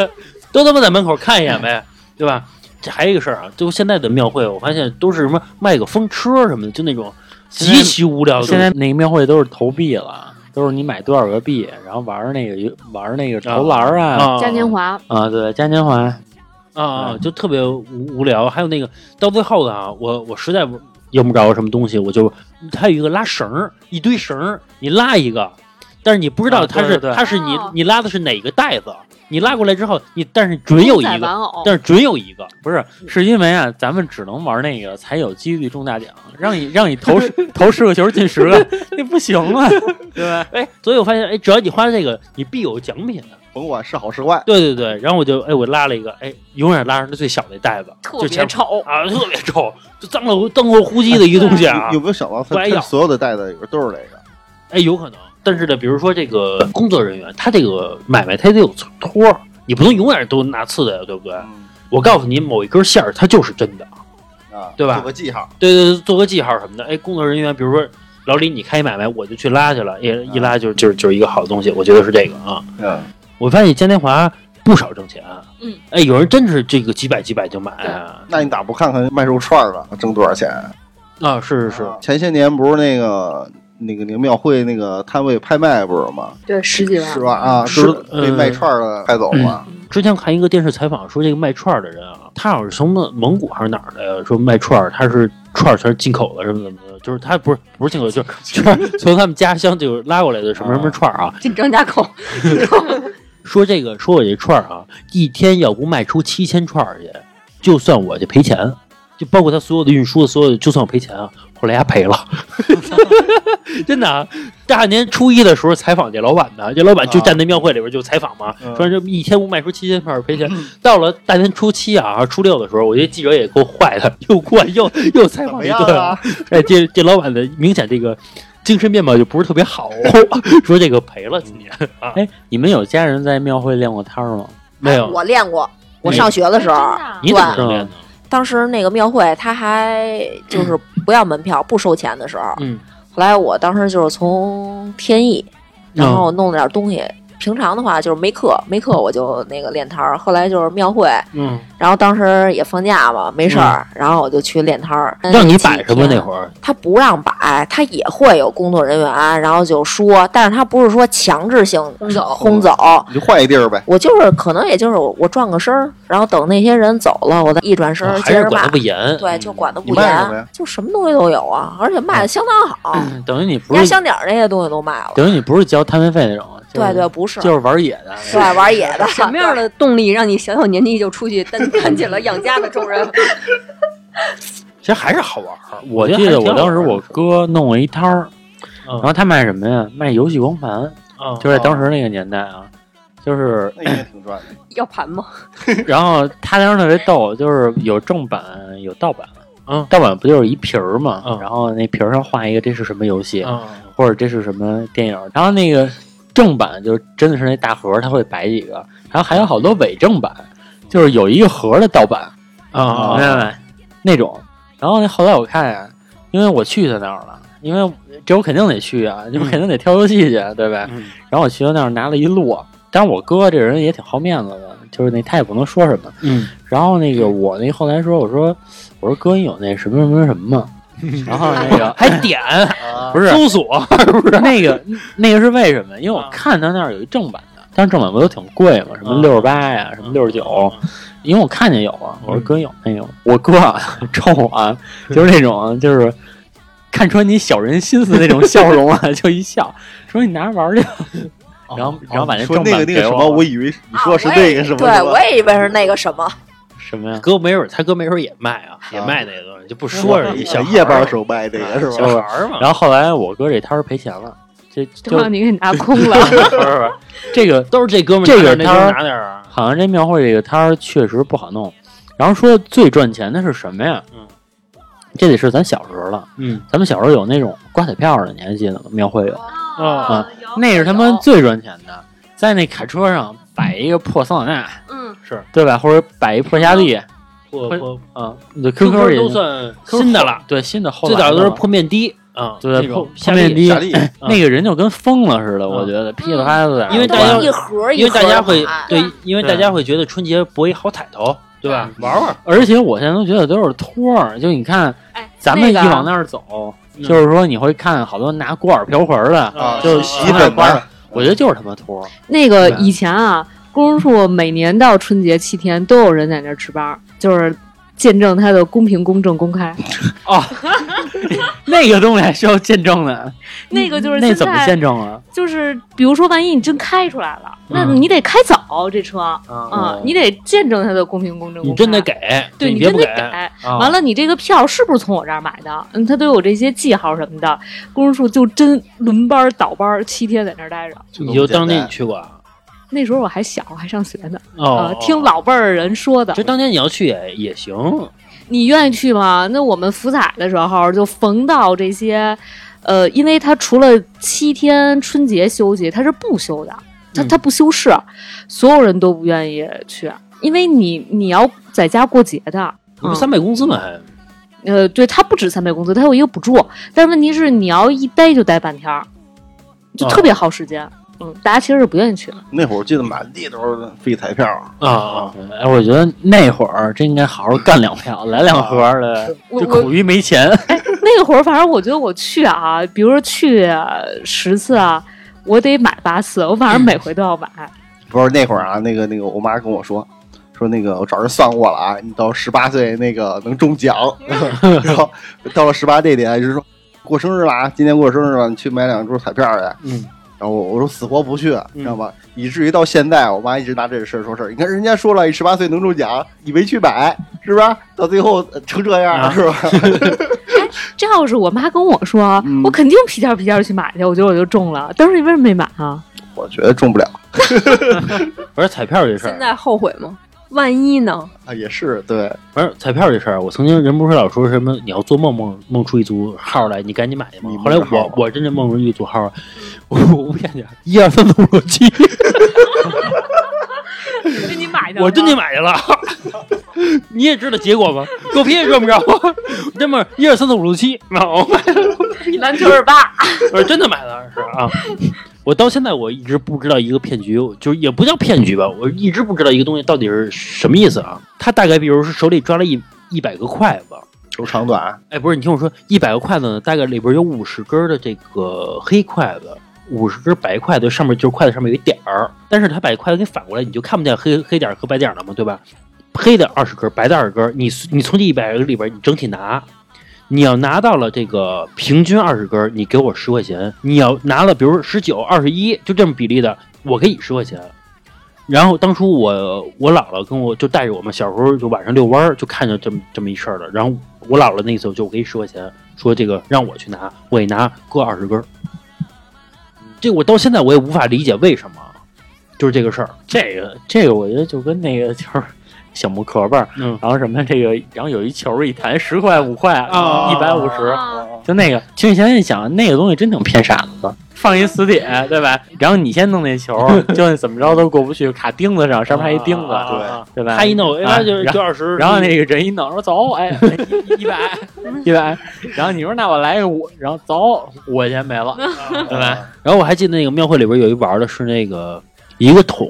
Speaker 2: 都他妈在门口看一眼呗，对吧？这还有一个事儿啊，就现在的庙会，我发现都是什么卖个风车什么的，就那种
Speaker 4: 现
Speaker 2: 极
Speaker 4: 在
Speaker 2: 其无聊的东西。
Speaker 4: 现在那个庙会都是投币了，都是你买多少个币，然后玩那个玩那个投篮啊啊
Speaker 2: 啊
Speaker 6: 嘉年华，
Speaker 4: 对，嘉年华
Speaker 2: 啊啊，就特别无无聊。还有那个到最后的啊，我我实在用不着什么东西，我就它有一个拉绳儿，一堆绳儿，你拉一个，但是你不知道
Speaker 4: 啊
Speaker 2: 它
Speaker 4: 对
Speaker 2: 是、
Speaker 4: 对对
Speaker 2: 它是你
Speaker 6: 哦
Speaker 2: 你拉的是哪个带子，你拉过来之后，你但是准有一
Speaker 6: 公仔
Speaker 2: 个，
Speaker 6: 玩偶
Speaker 2: 但，是准有一个。
Speaker 4: 不是，是因为啊，咱们只能玩那个才有几率中大奖，让你让你投 [laughs] 十投十个球进十 [laughs] 个，那不行啊，对吧？
Speaker 2: 哎，所以我发现，哎，只要你花这个，你必有奖品。
Speaker 3: 甭管是好是坏，
Speaker 2: 对对对，然后我就，哎，我拉了一个，哎，永远拉着那最小的袋子，
Speaker 7: 特
Speaker 2: 就
Speaker 7: 别
Speaker 2: 前
Speaker 7: 丑。
Speaker 2: 啊，特别臭，就脏了灯火呼吸的一 [laughs] 个东西啊
Speaker 7: [laughs]
Speaker 3: 有有，没有想到
Speaker 2: 不挨
Speaker 3: 它
Speaker 2: 咬
Speaker 3: 它所有的袋子里边都是这个？
Speaker 2: 哎，有可能。但是呢，比如说这个工作人员，他这个买卖他得有托儿，你不能永远都拿次的呀，对不对？我告诉你，某一根线儿它就是真的，
Speaker 3: 嗯啊，
Speaker 2: 对吧
Speaker 3: 做个记号，
Speaker 2: 对对对，做个记号什么的。哎，工作人员，比如说老李，你开买卖，我就去拉去了，一一拉就就就是一个好东西，我觉得是这个啊。
Speaker 3: 嗯，
Speaker 2: 我发现嘉年华不少挣钱，
Speaker 6: 嗯，
Speaker 2: 哎，有人真是这个几百几百就买啊，
Speaker 3: 那你咋不看看卖肉串儿吧，挣多少钱？
Speaker 2: 啊是是是，
Speaker 3: 前些年不是那个那个那个庙会那个摊位拍卖不是吗？
Speaker 6: 对，十 [laughs] 几万
Speaker 3: 是，吧？啊，
Speaker 2: 是
Speaker 3: 都
Speaker 4: 呃
Speaker 3: 被卖串儿的拍走了。
Speaker 4: 嗯
Speaker 2: 之前看一个电视采访说，这个卖串儿的人啊，他好像是从蒙古还是哪儿的呀？说卖串儿，他是串儿全是进口的，什么怎么的，就是他不是不是进口，就是
Speaker 3: [laughs]
Speaker 2: 就是从他们家乡就拉过来的什么什么串儿啊。
Speaker 5: 紧张加
Speaker 6: [laughs]
Speaker 5: 口，
Speaker 2: 说这个说我这串儿啊，一天要不卖出七千串儿去，就算我这赔钱，就包括他所有的运输，所有的就算我赔钱啊。后来他赔了， [laughs] 真的、啊。大年初一的时候采访这老板呢，这老板就站在庙会里边就采访嘛，
Speaker 3: 啊嗯
Speaker 2: 说这一天不卖出七千串儿赔钱。到了大年初七啊，初六的时候，我觉得记者也够坏的，又过来
Speaker 3: [laughs]
Speaker 2: 又又采访一
Speaker 3: 怎么
Speaker 2: 顿
Speaker 3: 样啊。
Speaker 2: [laughs] 哎，这这老板的明显这个精神面貌就不是特别好， [laughs] 说这个赔了今年啊，
Speaker 4: 哎，你们有家人在庙会练过摊儿吗？
Speaker 2: 没有。
Speaker 7: 哎我练过，我上学的时候，
Speaker 6: 啊
Speaker 2: 你怎么能练呢？
Speaker 7: 当时那个庙会他还就是不要门票、不收钱的时候，
Speaker 2: 嗯，
Speaker 7: 后来我当时就是从天意，
Speaker 2: 嗯
Speaker 7: 然后弄了点东西。平常的话就是没课，没课我就那个练摊儿。后来就是庙会，
Speaker 2: 嗯，
Speaker 7: 然后当时也放假嘛，没事儿，然后我就去练摊儿。
Speaker 2: 让你摆什么那
Speaker 7: 儿？
Speaker 2: 会儿？
Speaker 7: 他不让摆，他也会有工作人员，然后就说，但是他不是说强制性轰走，
Speaker 2: 嗯
Speaker 7: 轰走。
Speaker 3: 你就换一地儿呗。
Speaker 7: 我就是可能也就是我转个身儿，然后等那些人走了，我再一转身
Speaker 2: 啊
Speaker 7: 儿
Speaker 2: 还
Speaker 7: 呃接
Speaker 2: 是
Speaker 7: 着
Speaker 2: 管
Speaker 7: 卖
Speaker 2: 的不。严？
Speaker 7: 对，就管的
Speaker 3: 你
Speaker 7: 不
Speaker 3: 卖什么
Speaker 7: 严
Speaker 3: 呀，
Speaker 7: 就什么东西都有啊，而且卖的相当好，
Speaker 2: 嗯
Speaker 4: 嗯等于你不
Speaker 7: 压
Speaker 4: 是
Speaker 7: 箱底儿那些东西都卖了。
Speaker 4: 等于你不是交摊位费那种，就是
Speaker 7: 对对，不是，
Speaker 4: 就是玩野的。
Speaker 7: 对玩野
Speaker 2: [laughs]
Speaker 7: 的，
Speaker 5: 什么样的动力让你小小年纪就出去担担起了养家的重任？ [laughs]
Speaker 2: 其实还是好玩儿。
Speaker 4: 我
Speaker 2: 觉
Speaker 4: 记
Speaker 2: 还
Speaker 4: 得
Speaker 2: 挺好玩
Speaker 4: 我
Speaker 2: 儿
Speaker 4: 当时
Speaker 2: 的
Speaker 4: 我哥弄过一摊儿，
Speaker 2: 嗯
Speaker 4: 然后他卖什么呀？卖游戏光盘，
Speaker 2: 啊，
Speaker 4: 就是在当时那个年代啊，就是
Speaker 3: 那应该挺赚的。
Speaker 5: 要盘吗？
Speaker 4: 然后他当时特别逗，就是有正版有盗版，
Speaker 2: 嗯
Speaker 4: 盗版不就是一皮儿嘛，
Speaker 2: 嗯
Speaker 4: 然后那皮儿上画一个这是什么游戏，
Speaker 2: 啊，
Speaker 4: 或者这是什么电影，然后那个正版就是真的是那大盒儿，它会摆几个，然后还有好多伪正版，就是有一个盒儿的盗版，
Speaker 2: 啊
Speaker 4: 明白没？那种。然后那后来我看呀、因为我去他那儿了，因为这我肯定得去啊，就肯定得挑游戏去，啊对吧？
Speaker 2: 嗯
Speaker 4: 然后我去他那儿拿了一摞，但是我哥这人也挺好面子的，就是那他也不能说什么。
Speaker 2: 嗯，
Speaker 4: 然后那个我那后来说，我说我说哥，你有那什么什么什么
Speaker 2: [laughs]
Speaker 4: 吗？然后那个
Speaker 2: 还点
Speaker 3: 啊
Speaker 4: 不是
Speaker 2: 搜索，
Speaker 3: 啊
Speaker 4: 那个那个是为什么？因为我看他那儿有一正版的，但是正版不都挺贵嘛，什么
Speaker 2: 嗯
Speaker 4: 六十八
Speaker 3: 啊
Speaker 4: 呀，什么六十九，因为我看见有啊，
Speaker 3: 嗯
Speaker 4: 我说哥有没有？我哥啊， [laughs] 冲我
Speaker 3: [laughs]
Speaker 4: 啊，就是那种就是看穿你小人心思那种笑容啊， [laughs] 就一笑，说你拿着玩儿去吧。然后 [laughs] 然后把那
Speaker 3: 哦说
Speaker 4: 正
Speaker 3: 那
Speaker 4: 版
Speaker 3: 个那个
Speaker 4: 给
Speaker 3: 什
Speaker 4: 我
Speaker 3: 么，
Speaker 4: 了
Speaker 3: 我以为你
Speaker 7: 啊
Speaker 3: 说是
Speaker 7: 我
Speaker 3: 那
Speaker 7: 也
Speaker 3: 个什么，
Speaker 7: 对，
Speaker 3: 是吧
Speaker 7: 我也以为是那个什么，
Speaker 4: 什么呀？
Speaker 2: 哥没准儿他哥没准儿也卖啊，也卖那个东西，就不说是一小
Speaker 3: 小
Speaker 2: 孩儿
Speaker 3: 夜班时候卖这个
Speaker 2: 啊
Speaker 3: 是
Speaker 2: 小
Speaker 3: 吧？
Speaker 2: 孩儿嘛，
Speaker 4: 然后后来我哥这摊儿赔钱了，这就
Speaker 6: 都
Speaker 4: 不
Speaker 6: 让
Speaker 4: 是
Speaker 6: 你给拿空了。
Speaker 4: [laughs] 不是这个
Speaker 2: 都是这哥们儿
Speaker 4: 这个
Speaker 2: 拿点儿那就
Speaker 4: 摊儿
Speaker 2: 拿点儿啊，
Speaker 4: 好像这庙会这个摊儿确实不好弄。然后说最赚钱的是什么呀？
Speaker 2: 嗯，
Speaker 4: 这得是咱小时候了。
Speaker 2: 嗯，
Speaker 4: 咱们小时候有那种刮彩票的，你还记得吗？庙会有，
Speaker 2: 啊
Speaker 4: 啊那是他妈最赚钱的，在那卡车上摆一个破桑塔纳，
Speaker 6: 嗯，
Speaker 2: 是
Speaker 4: 对吧？或者摆一破夏利，
Speaker 2: 破
Speaker 4: 会
Speaker 2: 破
Speaker 4: 嗯，对
Speaker 2: QQ
Speaker 4: ，QQ
Speaker 2: 都
Speaker 4: 也
Speaker 2: 算新的了，，
Speaker 4: 对，新的后
Speaker 2: 最
Speaker 4: 来
Speaker 2: 早都
Speaker 4: 的
Speaker 2: 是
Speaker 4: 了
Speaker 2: 破面的啊，
Speaker 4: 对
Speaker 2: 那种
Speaker 4: 破
Speaker 2: 夏
Speaker 4: 破面
Speaker 2: 利
Speaker 4: 的
Speaker 3: 夏利
Speaker 4: 那个人就跟疯了似的，我
Speaker 2: 嗯
Speaker 4: 觉得噼里啪啦的，
Speaker 2: 因为
Speaker 7: 都
Speaker 2: 大家
Speaker 7: 是一盒一
Speaker 2: 因为
Speaker 7: 盒
Speaker 2: 大家会
Speaker 7: 买
Speaker 2: 对，因为大
Speaker 4: 对
Speaker 2: 家会觉得春节博一好彩头，对吧？玩玩，
Speaker 4: 而且我现在都觉得都是托儿，就你看
Speaker 6: 哎，
Speaker 4: 咱们一
Speaker 6: 那个
Speaker 4: 往那儿走，
Speaker 2: 嗯
Speaker 4: 就是说你会看好多拿锅碗瓢盆儿的，
Speaker 2: 啊
Speaker 4: 就
Speaker 2: 啊
Speaker 4: 是
Speaker 3: 洗
Speaker 4: 洗
Speaker 3: 衣
Speaker 4: 碗
Speaker 3: 粉
Speaker 4: 班
Speaker 3: 班
Speaker 4: 儿，
Speaker 2: 嗯
Speaker 4: 我觉得就是他妈托儿。
Speaker 6: 那个
Speaker 4: 对
Speaker 6: 以前啊，公叔每年到春节七天都有人在那儿值班儿，就是见证他的公平、公正、公
Speaker 4: [laughs]
Speaker 6: 开。
Speaker 4: 那个东西还需要见证呢，
Speaker 6: 那个就是
Speaker 4: 那
Speaker 6: 现
Speaker 4: 怎么
Speaker 6: 在
Speaker 4: 见证啊？
Speaker 6: 就是，比如说，万一你真开出来了，那
Speaker 2: 嗯
Speaker 6: 你得开早这车啊，
Speaker 4: 啊
Speaker 6: 你得见证他的公平、公正、公开。
Speaker 2: 你真得给，
Speaker 6: 对
Speaker 2: 你
Speaker 6: 你
Speaker 2: 别
Speaker 6: 真
Speaker 2: 不
Speaker 6: 得
Speaker 2: 给，
Speaker 6: 给。
Speaker 4: 啊
Speaker 6: 完了，你这个票是不是从我这儿买的？嗯，他都有这些记号什么的。公叔就真轮班儿倒班儿，七天在那儿待着。
Speaker 2: 你就当年
Speaker 3: 年
Speaker 2: 你去过啊？
Speaker 6: 那时候我还小，还上学呢，啊
Speaker 2: 哦，，
Speaker 6: 听老辈儿人说的
Speaker 2: 就。当年你要去也也行，
Speaker 6: 你愿意去吗？那我们福彩的时候就逢到这些，呃，因为他除了七天春节休息，他是不休的，他
Speaker 2: 嗯
Speaker 6: 他不休市，所有人都不愿意去，因为你你要在家过节的。
Speaker 2: 你不三倍工资吗？还
Speaker 6: 呃，对，他不止三倍工资，他有一个补助，但是问题是你要一待就待半天儿，就
Speaker 3: 哦
Speaker 6: 特别耗时间。嗯，大家其实是不愿意去的。
Speaker 3: 那会儿我记得满地都是飞彩票，
Speaker 2: 啊啊，
Speaker 4: 哎，我觉得那会儿真应该好好干两
Speaker 2: [laughs]
Speaker 4: 票，来两盒
Speaker 2: 啊
Speaker 4: 儿的，
Speaker 6: 我
Speaker 4: 就
Speaker 6: 我
Speaker 4: 苦于没钱。
Speaker 6: 那会儿，反正我觉得我去啊，比如说去十次啊，我得买八次，我反正每回都要买。
Speaker 3: 不是那会儿啊，那个那个，我妈跟我说，说那个我找人算过了啊，你到十八岁那个能中
Speaker 6: [laughs]
Speaker 3: 奖，然后到了十八这点就是说过生日了啊，今天过生日了，你去买两注彩票去。
Speaker 2: 嗯，
Speaker 3: 然后我我说死活不去，你知道吧？以至于到现在，我妈一直拿这事儿说事儿。你看人家说了，十八岁能中奖，你没去买，是吧？到最后呃成这样
Speaker 2: 啊
Speaker 3: 了，是
Speaker 2: [laughs]
Speaker 3: 吧？
Speaker 6: 这要是我妈跟我说，
Speaker 3: 嗯
Speaker 6: 我肯定屁颠儿屁颠儿去买去，我觉得我就中了。当时你为什么没买啊？
Speaker 3: 我觉得中不了
Speaker 2: 而且彩票这事
Speaker 5: 现
Speaker 2: 儿，
Speaker 5: 在后悔吗？万一呢？
Speaker 3: 啊，也是对，
Speaker 2: 不是彩票这事儿，我曾经人不是老说什么你要做梦梦梦出一组号来，你赶紧买去嘛
Speaker 3: 你。
Speaker 2: 后来
Speaker 3: 梦出号
Speaker 2: 我我真的梦出一组号，我我 [laughs] 不骗你，一二三四五六七，
Speaker 6: 你买
Speaker 2: [laughs] 我真去买 [laughs] 去了。你也知道结果吗？狗屁也赚不着 [laughs] 啊！那么一二三四五六七，那我买了，
Speaker 6: 篮球是八，
Speaker 2: 我是真的买了是啊。 [laughs] 我到现在我一直不知道一个骗局，就是也不叫骗局吧，我一直不知道一个东西到底是什么意思啊。他大概比如说手里抓了一一百个筷子，
Speaker 3: 有长短，
Speaker 2: 哎，不是，你听我说，一百个筷子呢，大概里边有五十根儿的这个呃黑筷子，五十根白筷子，上面就是筷子上面有一点儿，但是他把筷子给反过来，你就看不见黑黑点儿和白点儿了嘛，对吧？黑的二十根儿，白的二十根儿，你你从这一百个里边儿你整体拿，你要拿到了这个平均二十根儿，你给我十块钱；你要拿了，比如十九、二十一，就这么比例的，我给你十块钱。然后当初我我姥姥跟我就带着我们小时候就晚上遛弯儿就看见这么这么一事儿了。然后我姥姥那次就我给你十块钱，说这个让我去拿，我给你拿各二十根儿。这我到现在我也无法理解为什么，就是这个事儿。
Speaker 4: 这个这个，我觉得就跟那个就是小木壳吧，
Speaker 2: 嗯，
Speaker 4: 然后什么这个，然后有一球儿一弹十块五块
Speaker 2: 啊
Speaker 4: 一百五十，
Speaker 6: 啊
Speaker 4: 就那个。其实你现在想，那个东西真挺骗傻子的，放一死铁，对吧？然后你先弄那球儿，
Speaker 2: [laughs]
Speaker 4: 就怎么着都过不去，卡钉子上，上面还一钉子，
Speaker 2: 啊
Speaker 3: 对
Speaker 4: 对吧？
Speaker 2: 他一弄，
Speaker 4: 啊
Speaker 2: 哎，就
Speaker 4: 然
Speaker 2: 就
Speaker 4: 后
Speaker 2: 二十，嗯
Speaker 4: 然后那个人一弄说走，哎，一一百一百，然后你说那我来个五，然后走五块钱没了，对
Speaker 2: 嗯
Speaker 4: 吧？
Speaker 2: 然后我还记得那个庙会里边有一玩的是那个一个桶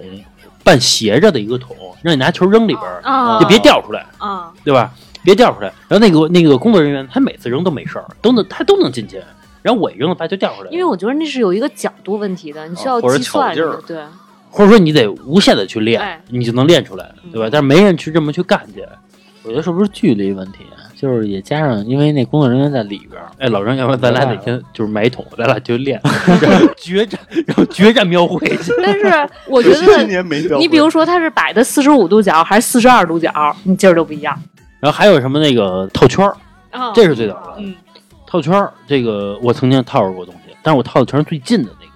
Speaker 2: 半斜着的一个桶，让你拿球扔里边儿，
Speaker 6: 啊，
Speaker 2: 就别掉出来，
Speaker 6: 啊，
Speaker 2: 对吧？别掉出来。然后那个那个工作人员他每次扔都没事儿，都能他都能进去。然后我一扔了，啪就掉出来了。
Speaker 6: 因为我觉得那是有一个角度问题的，你需要
Speaker 3: 啊或者
Speaker 6: 计算
Speaker 3: 巧劲
Speaker 6: 这
Speaker 3: 儿
Speaker 6: 个，对，
Speaker 2: 或者说你得无限的去练
Speaker 6: 哎，嗯
Speaker 2: 你就能练出来，对吧？但是没人去这么去干去。
Speaker 4: 我觉得是不是距离问题啊？就是也加上，因为那工作人员在里边儿，
Speaker 2: 哎，老张，要不然咱俩哪天就是买一桶，咱俩就 [laughs] 练然后决战，然后决战描绘去。
Speaker 6: 但是我觉
Speaker 3: 今
Speaker 6: 得，
Speaker 3: 年没标会。
Speaker 6: 你比如说他是摆的四十五度角还是四十二度角，你劲儿就不一样。
Speaker 2: [laughs] 然后还有什么那个套圈儿，
Speaker 6: 啊
Speaker 2: 这是最早的
Speaker 6: 嗯，
Speaker 2: 套圈儿。这个我曾经套过东西，但是我套的全是最近的那个，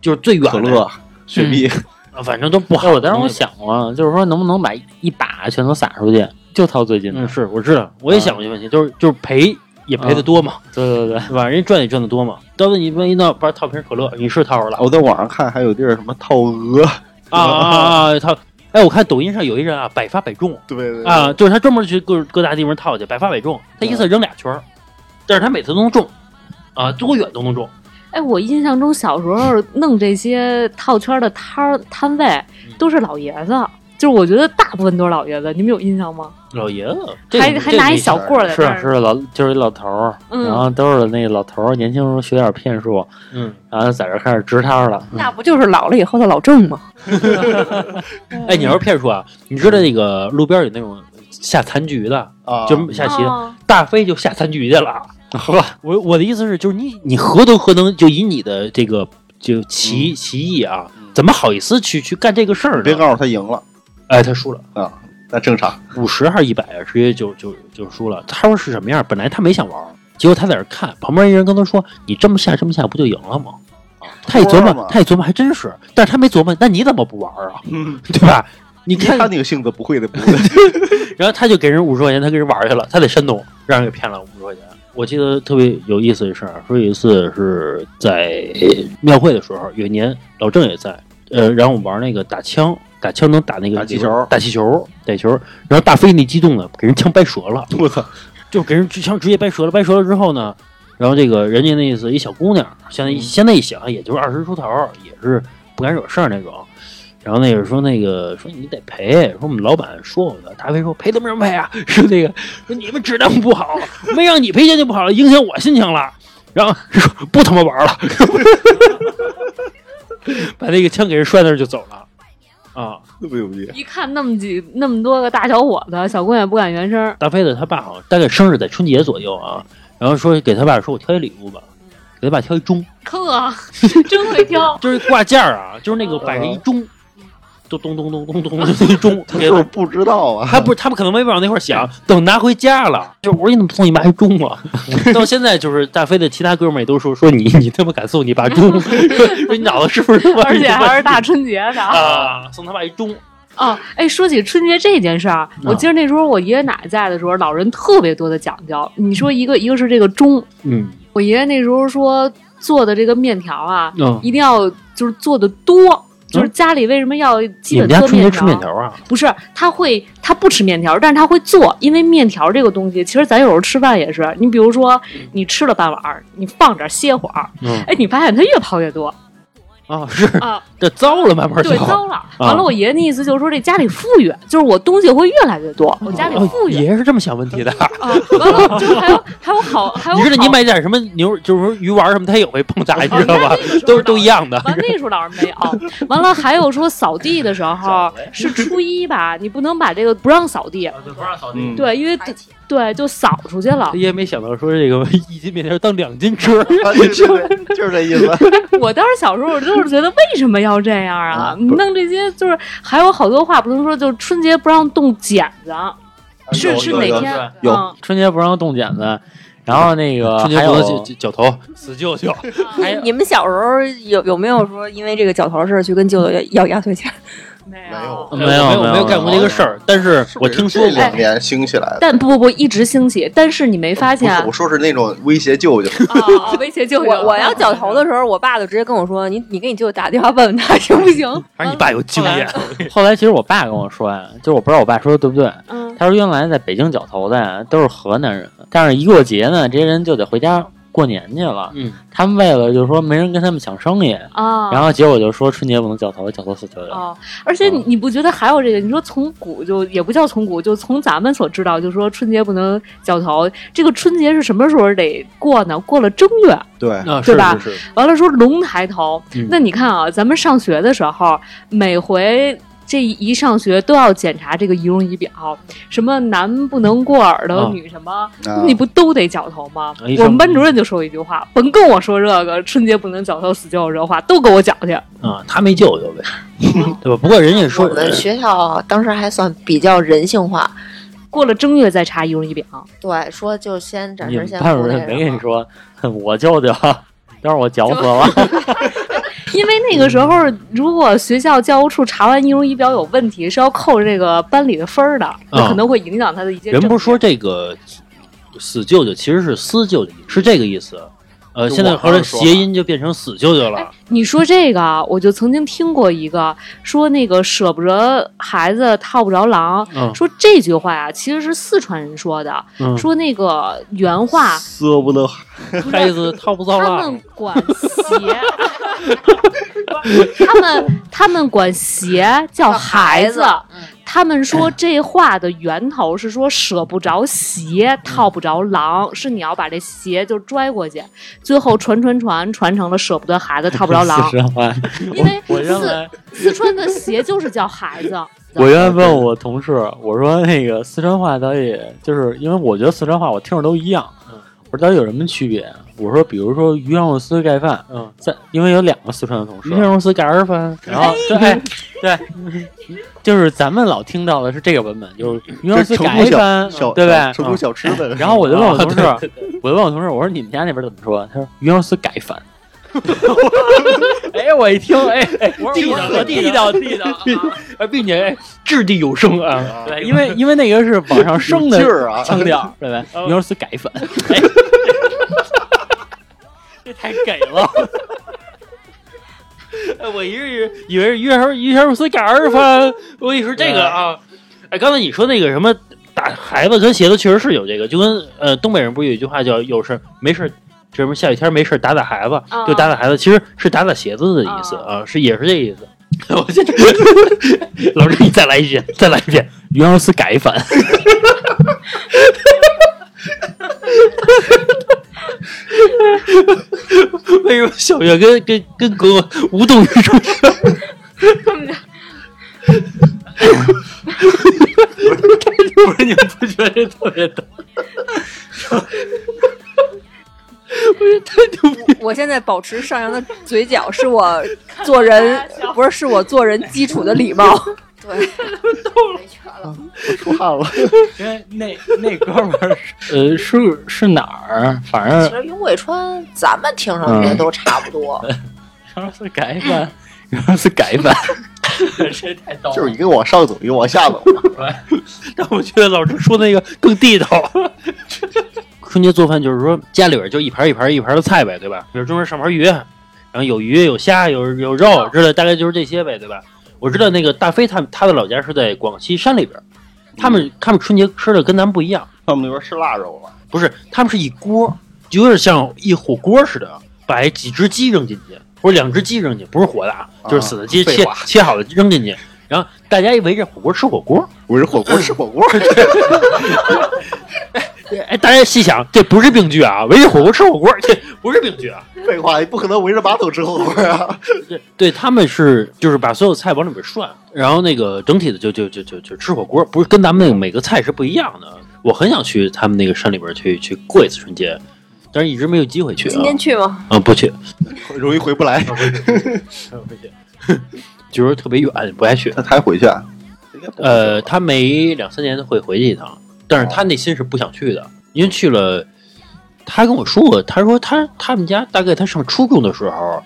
Speaker 2: 就是最远的
Speaker 3: 可乐、雪碧，
Speaker 2: 啊反正都不好。
Speaker 4: 哎，我当时我，想过，就是说能不能把一把全都撒出去，就掏最近的。
Speaker 2: 嗯，是我知道，我也想过这问题，就是就是赔也赔的多嘛，
Speaker 4: 对对对，
Speaker 2: 对吧？人家赚也赚的多嘛。到时候你万一闹，不是套瓶可乐，你是套着了
Speaker 3: 我在网上看还有地儿什么套鹅，
Speaker 2: 啊啊啊啊！套，哎，我看抖音上有一人啊，百发百中。
Speaker 3: 对对对
Speaker 2: 啊，就是他专门去各各大地方套去，百发百中，他一次扔俩圈儿，但是他每次都能中，啊，多远都能中。
Speaker 6: 哎，我印象中小时候弄这些套圈的摊儿摊位都是老爷子，就是我觉得大部分都是老爷子，你们有印象吗？
Speaker 3: 哦
Speaker 2: 老爷子，这个
Speaker 6: 还还拿一小棍儿在
Speaker 4: 是啊
Speaker 6: 那儿，
Speaker 4: 是啊老就是一老头儿，
Speaker 6: 嗯
Speaker 4: 然后都是那老头儿年轻时候学点骗术，
Speaker 2: 嗯，
Speaker 4: 然后在这开始直掏了。
Speaker 5: 那不就是老了以后的老郑吗？
Speaker 6: 嗯
Speaker 2: 哎，你要是骗术啊，你知道那个路边有那种下残局的，
Speaker 3: 啊，
Speaker 2: 就下棋的，
Speaker 6: 哦
Speaker 2: 大飞就下残局去了。
Speaker 3: 哦
Speaker 2: 好吧，我我的意思是，就是你你何德何能，就以你的这个就棋棋艺啊，怎么好意思去去干这个事儿呢？
Speaker 3: 嗯别告诉他赢了
Speaker 2: 哎，他输了。
Speaker 3: 啊，那正常。
Speaker 2: 五十还是一百啊，直接就就就输了。他说是什么样？本来他没想玩，结果他在这看，旁边一人跟他说：“你这么下这么下不就赢了吗？”啊他一琢
Speaker 3: 说了
Speaker 2: 磨
Speaker 3: 嘛，
Speaker 2: 他一琢磨，还真是，但是他没琢磨，那你怎么不玩啊？
Speaker 3: 嗯，
Speaker 2: [laughs] 对吧？你
Speaker 3: 你
Speaker 2: 看
Speaker 3: 看，他那个性子不会的，不 [laughs] 会的。
Speaker 2: 然后他就给人五十块钱，他跟人玩去了，他在山东让人给骗了五十块钱。我记得特别有意思的事儿，啊说有一次是在庙会的时候，有一年老郑也在，呃，然后我们玩那个打枪，打枪能打那个
Speaker 3: 打气球
Speaker 2: 打气球，打气球，然后大飞那激动的给人枪掰折了。
Speaker 3: 我操，
Speaker 2: 就给人支枪直接掰折了，掰折了之后呢，然后这个人家那意思一小姑娘，现
Speaker 3: 嗯
Speaker 2: 在、现在一想也就是二十出头，也是不敢惹事儿那种。然后那个说那个说你得赔，说我们老板说我的，大飞说赔怎么什么赔啊？说那个说你们质量不好，没让你赔钱就不好了，影响我心情了。然后说不他妈玩了， [laughs] 把那个枪给人摔那儿就走了。啊，
Speaker 3: 牛不牛逼？
Speaker 6: 一看那么几那么多个大小伙子，小姑娘也不敢原声儿。
Speaker 2: 大飞的他爸好像大概生日在春节左右啊，然后说给他爸说我挑一礼物吧，给他爸挑一钟。。
Speaker 6: 呵， [laughs] 真会挑
Speaker 2: [laughs] 就是挂件儿啊，就是那个摆着一钟，就咚咚咚咚咚咚一钟，
Speaker 3: 他就是不知道啊， [laughs]
Speaker 2: 他不是他们可能没往那块儿想，等拿回家了，就我说你怎么送你妈一钟啊？ [laughs] 到现在就是大飞的其他哥们儿也都说说你你他妈敢送你爸
Speaker 6: [laughs]
Speaker 2: 钟，说说你脑子是不是他妈？
Speaker 6: 而且还是大春节的
Speaker 2: 啊，送他爸一钟，
Speaker 6: 哦，哎，说起春节这件事儿，啊
Speaker 2: 嗯
Speaker 6: 我记得那时候我爷爷奶奶在的时候，老人特别多的讲究。你说一个一个是这个钟，
Speaker 2: 嗯
Speaker 6: 我爷爷那时候说做的这个面条啊，
Speaker 2: 嗯，
Speaker 6: 一定要就是做的多，就是家里为什么要
Speaker 2: 你
Speaker 6: 基
Speaker 2: 们
Speaker 6: 本
Speaker 2: 家
Speaker 6: 做
Speaker 2: 春节
Speaker 6: 面
Speaker 2: 吃
Speaker 6: 条？
Speaker 2: 面条啊？
Speaker 6: 不是，他会他不吃面条，但是他会做，因为面条这个东西，其实咱有时候吃饭也是，你比如说你吃了半碗儿，你放这儿歇会儿，
Speaker 2: 嗯
Speaker 6: 哎，你发现它越跑越多
Speaker 2: 啊是，
Speaker 6: 啊，
Speaker 2: 这糟了慢慢
Speaker 6: 对，
Speaker 2: 糟。
Speaker 6: 糟了。完了，我爷爷的意思就是说，这家里富裕，就是我东西会越来越多，我家里富
Speaker 2: 哦
Speaker 6: 裕
Speaker 2: 爷爷是这么想问题的，
Speaker 6: 啊。完
Speaker 2: [laughs]
Speaker 6: 了，就是还有还有好，还有
Speaker 2: 你知道你
Speaker 6: 好
Speaker 2: 买点什么牛，就是说鱼丸什么，他也会碰砸，你知道吧
Speaker 6: 哦那那个时候？
Speaker 2: 都是都一样的。
Speaker 6: 完那时候倒是没有，完了还有说扫地的时候
Speaker 2: [laughs]
Speaker 6: 是初一吧，你不能把这个不让扫地，
Speaker 3: 嗯，
Speaker 6: 对，因为对就扫出去了
Speaker 2: 他。也没想到说这个 [laughs] 一斤面条当两斤吃，
Speaker 3: 啊对对对，就是这意思。
Speaker 6: 我当时小时候，我就是觉得为什么要这样啊？
Speaker 3: 不是
Speaker 6: 弄这些就是还有好多话不能说，就是春节不让动剪子，是是哪
Speaker 3: 有有
Speaker 6: 天？
Speaker 3: 有
Speaker 6: 嗯
Speaker 4: 春节不让动剪子，然后那个
Speaker 2: 春节
Speaker 4: 还
Speaker 2: 不能
Speaker 4: 有
Speaker 2: 绞绞头，啊死舅舅。
Speaker 5: 你你们小时候有有没有说因
Speaker 2: [laughs]
Speaker 5: 为这个绞头事儿去跟舅舅要要压岁钱？
Speaker 6: 没
Speaker 3: 没有
Speaker 2: 呃没
Speaker 4: 有没有
Speaker 2: 有
Speaker 4: 没有
Speaker 2: 干过这个事儿，但是我听说
Speaker 3: 这
Speaker 2: 过。
Speaker 3: 两年兴起来的。
Speaker 6: 但不不不，一直兴起。但是你没发
Speaker 3: 不
Speaker 6: 现
Speaker 3: 是，我说是那种威胁舅舅，
Speaker 5: [laughs]
Speaker 6: 啊？威胁舅舅，
Speaker 5: 我我要绞头的时候，我爸就直接跟我说：“你你给你舅舅打个电话问问他行不行。
Speaker 2: 还是你爸有经验，
Speaker 4: 后来其实我爸跟我说呀，就是我不知道我爸说的对不对，
Speaker 6: 嗯，
Speaker 4: 他说原来在北京绞头的呀都是河南人，但是一过节呢，这些人就得回家过年去了，
Speaker 2: 嗯，
Speaker 4: 他们为了就是说没人跟他们抢生意，
Speaker 6: 啊，
Speaker 4: 然后结果就说春节不能绞头，绞头死舅舅。
Speaker 6: 哦，而且你
Speaker 4: 嗯
Speaker 6: 你不觉得还有这个？你说从古就也不叫从古，就从咱们所知道，就说春节不能绞头。这个春节是什么时候得过呢？过了正月，
Speaker 3: 对，
Speaker 2: [laughs] 啊，
Speaker 6: 对吧
Speaker 2: 是是是，
Speaker 6: 完了说龙抬头。
Speaker 2: 嗯
Speaker 6: 那你看啊，咱们上学的时候，每回。这一上学都要检查这个仪容仪表，什么男不能过耳朵，
Speaker 2: 啊
Speaker 6: 女什么，
Speaker 3: 啊
Speaker 6: 你不都得绞头吗？
Speaker 2: 哎
Speaker 6: 我
Speaker 2: 上
Speaker 6: 们班主任就说一句话，甭跟我说这个春节不能绞头死舅舅这话，都给我绞去。
Speaker 2: 啊，他没舅舅呗，对吧？不过人家
Speaker 7: 我
Speaker 2: 说
Speaker 7: 们学校当时还算比较人性化，
Speaker 6: 过了正月再查仪容仪表。
Speaker 7: 对，说就先暂
Speaker 4: 你
Speaker 7: 时
Speaker 4: 们
Speaker 7: 先
Speaker 4: 班
Speaker 7: 不
Speaker 4: 主
Speaker 7: 那
Speaker 4: 任没
Speaker 7: 什么
Speaker 4: 跟
Speaker 6: 啊
Speaker 4: 你说， [laughs] 我舅舅， [laughs] 待会儿我绞死了。 [laughs]
Speaker 6: 因为那个时候，如果学校教务处查完仪容仪表有问题，是要扣这个班里的分儿的，那
Speaker 2: 啊
Speaker 6: 可能会影响他的一些。
Speaker 2: 人不是说，这个死舅舅其实是私舅舅，是这个意思。呃，
Speaker 3: 就
Speaker 2: 现在
Speaker 3: 网
Speaker 2: 后来
Speaker 3: 上说
Speaker 2: 谐
Speaker 3: 嘛
Speaker 2: 音就变成死舅舅了。
Speaker 6: 你说这个啊，我就曾经听过一个说那个舍不得孩子套不着狼，
Speaker 2: 嗯
Speaker 6: 说这句话啊，其实是四川人说的，
Speaker 2: 嗯，
Speaker 6: 说那个原话，
Speaker 3: 舍不得
Speaker 2: 孩子套不遭
Speaker 6: 他
Speaker 2: 了
Speaker 6: 们。管
Speaker 4: [laughs]
Speaker 6: 鞋，他们他们管鞋叫孩子。
Speaker 7: 嗯
Speaker 6: 他
Speaker 4: [laughs]
Speaker 6: 们说这话的源头是说舍不着鞋，套不着狼，是你要把这鞋就拽过去，最后传传传传成了舍不得孩子
Speaker 4: [laughs]
Speaker 6: 套不着狼
Speaker 4: 四，川话
Speaker 6: 因为
Speaker 4: 我原
Speaker 6: 四
Speaker 4: 来
Speaker 6: 四川的鞋就是叫孩子。
Speaker 4: [laughs] 我原来问我同事，我说那个四川话到底就是因为我觉得四川话我听着都一样，我说到底有什么区别？我说比如说鱼香肉丝盖饭，
Speaker 2: 嗯，
Speaker 4: 在因为有两个四川的同事
Speaker 2: 鱼，香肉丝盖儿饭，哎
Speaker 4: 然后对对，就是咱们老听到的是这个版本，就是鱼香肉丝
Speaker 3: 成
Speaker 4: 盖
Speaker 3: 都小
Speaker 4: 饭嗯
Speaker 3: 小，
Speaker 4: 对呗？
Speaker 3: 成都小吃的。
Speaker 4: 然后我就问我同事
Speaker 2: 啊，
Speaker 4: 我就问我同事，我说你们家那边怎么说？他说鱼香肉丝盖饭。哎，我一听，哎，哎我说我地道 [laughs] 地道，
Speaker 2: 啊，并且哎掷地有声啊！
Speaker 3: 啊
Speaker 4: 对，因 [laughs] 为因为那个是网上生的
Speaker 3: 有劲儿啊 [laughs]
Speaker 4: 腔调，对吧？
Speaker 2: 嗯
Speaker 4: 牛肉丝改粉，哎 [laughs] 这太给 [laughs] 了。
Speaker 2: 哎我一直以为是鱼香鱼香肉丝盖儿
Speaker 4: [laughs]
Speaker 2: 饭，我一说这个啊，哎，刚才你说那个什么打孩子跟鞋子，确实是有这个，就跟呃东北人不是有一句话叫有事儿没事儿。什么下雨天没事儿打打孩子，
Speaker 6: 啊
Speaker 2: 就打打孩子，其实是打打鞋子的意思
Speaker 6: 啊
Speaker 2: 啊，是也是这个意思。我这老师，你再来一
Speaker 4: [laughs]
Speaker 2: 遍，再来一遍，
Speaker 4: 鱼香肉丝改粉，
Speaker 2: 为什么小月跟跟跟哥哥无动于
Speaker 4: [laughs]
Speaker 2: 衷？
Speaker 4: 不是你们不觉得这特别逗？
Speaker 5: 我现在保持上扬的嘴角，是我做人不是是我做人基础的礼貌。
Speaker 7: 对，
Speaker 3: 我出汗了，
Speaker 4: 因为那那哥们儿， [laughs] 呃，是是哪儿？反正
Speaker 7: 其实云贵川咱们听上去都差不多，
Speaker 4: 鱼香肉丝改粉，鱼香肉丝改 [laughs] 粉，这太逗了。
Speaker 3: 就是一个往上走，一个往下走。
Speaker 2: [laughs] 但我觉得老师说那个更地道。 [laughs] 春节做饭就是说家里边就一盘一盘一盘的菜呗，对吧？比如中间上盘鱼，然后有鱼有虾有有肉之类，大概就是这些呗，对吧？我知道那个大飞他们他的老家是在广西山里边，他们他们春节吃的跟咱们不一样，
Speaker 3: 他们那边吃腊肉了，
Speaker 2: 不是他们是一锅，就有点像一火锅似的，把几只鸡扔进去，或者两只鸡扔进去，不是活的啊，就是死的鸡
Speaker 3: 废
Speaker 2: 切
Speaker 3: 话
Speaker 2: 切好了扔进去，然后大家一围着火锅吃火锅。
Speaker 3: 我是火锅吃火锅， [laughs]
Speaker 2: 哎，大家细想，这不是病句啊！围着火锅吃火锅，这不是病句啊！
Speaker 3: 废话，你不可能围着马桶吃火锅啊！
Speaker 2: 对对，他们是就是把所有菜往里边涮，然后那个整体的就就就就就吃火锅，不是跟咱们那个每个菜是不一样的。我很想去他们那个山里边去去过一次春节，但是一直没有机会去啊
Speaker 5: 今。天去吗？
Speaker 2: 嗯，不去，
Speaker 3: 容易回不 [laughs] 来，
Speaker 2: 不去，据说特别远，不爱去。
Speaker 3: 他还回去啊？
Speaker 2: 呃，他每两三年会回去一趟，但是他内心是不想去的，因为去了，他跟我说过，他说他他们家大概他上初中的时候，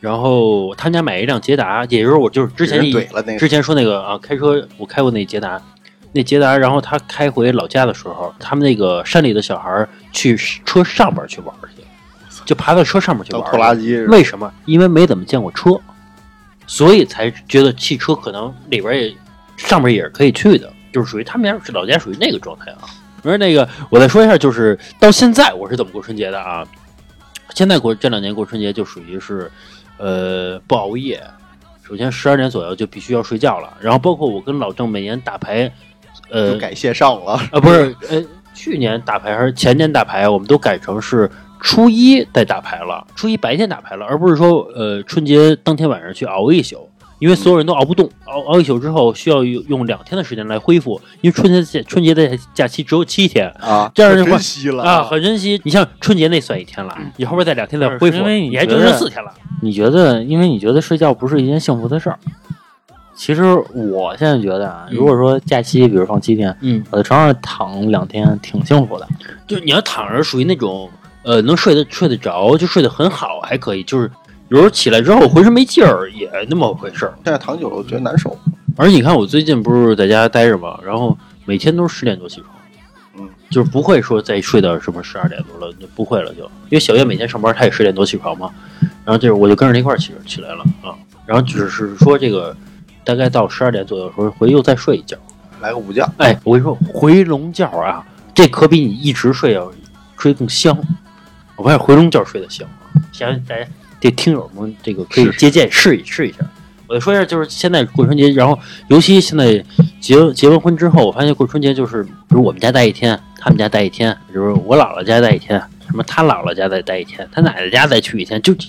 Speaker 2: 然后他们家买一辆捷达，也就是我就是之前
Speaker 3: 给
Speaker 2: 一
Speaker 3: 人怼了那个
Speaker 2: 之前说那个啊，开车我开过那捷达，那捷达，然后他开回老家的时候，他们那个山里的小孩儿去车上边儿去玩儿去，就爬到车上面去
Speaker 3: 当
Speaker 2: 玩儿
Speaker 3: 拖
Speaker 2: 去
Speaker 3: 拉机似的，
Speaker 2: 为什么？因为没怎么见过车，所以才觉得汽车可能里边也上面也是可以去的，就是属于他们家是老家属于那个状态啊。不是那个，我再说一下，就是到现在我是怎么过春节的啊？现在过这两年过春节就属于是，呃，不熬夜。首先十二点左右就必须要睡觉了，然后包括我跟老郑每年打牌，呃
Speaker 3: 就改线上了。
Speaker 2: 啊不是呃去年打牌还是前年打牌，我们都改成是初一再打牌了，初一白天打牌了，而不是说呃春节当天晚上去熬一宿。因为所有人都熬不动，熬熬一宿之后需要用用两天的时间来恢复，因为春节春节的假期只有七天，
Speaker 3: 啊，
Speaker 2: 这样的话
Speaker 3: 真稀了
Speaker 2: 啊，很珍惜。你像春节那算一天了，
Speaker 4: 嗯
Speaker 2: 你后边再两天再恢复，
Speaker 4: 因为你
Speaker 2: 你还
Speaker 4: 觉
Speaker 2: 就
Speaker 4: 得
Speaker 2: 剩四天了。
Speaker 4: 你觉得，因为你觉得睡觉不是一件幸福的事儿。其实我现在觉得啊，
Speaker 2: 嗯
Speaker 4: 如果说假期，比如放七天，
Speaker 2: 嗯，
Speaker 4: 我在床上躺两天，挺幸福的。
Speaker 2: 就是你要躺着属于那种呃能睡得睡得着，就睡得很好，还可以。就是有时候起来之后浑身没劲儿，也那么回事儿。
Speaker 3: 但是躺久了我觉得难受。
Speaker 2: 而你看我最近不是在家待着嘛，然后每天都是十点多起床，
Speaker 3: 嗯，
Speaker 2: 就是不会说再睡到什么十二点多了，就不会了就。因为小月每天上班，她也十点多起床嘛，然后就是我就跟着她一块儿起起来了啊，然后只是说这个大概到十二点左右的时候回去又再睡一觉。
Speaker 3: 来个午觉，
Speaker 2: 哎，我跟你说，回笼觉啊，这可比你一直睡要睡更香。我发现回笼觉睡得香啊，想大家这听友们这个可以
Speaker 3: 是是
Speaker 2: 借鉴试一试一下。我再说一下，就是现在过春节，然后尤其现在结结完婚之后，我发现过春节就是，比如我们家待一天，他们家待一天，比如我姥姥家待一天，什么他姥姥家再待一天，他奶奶家再去一天，就就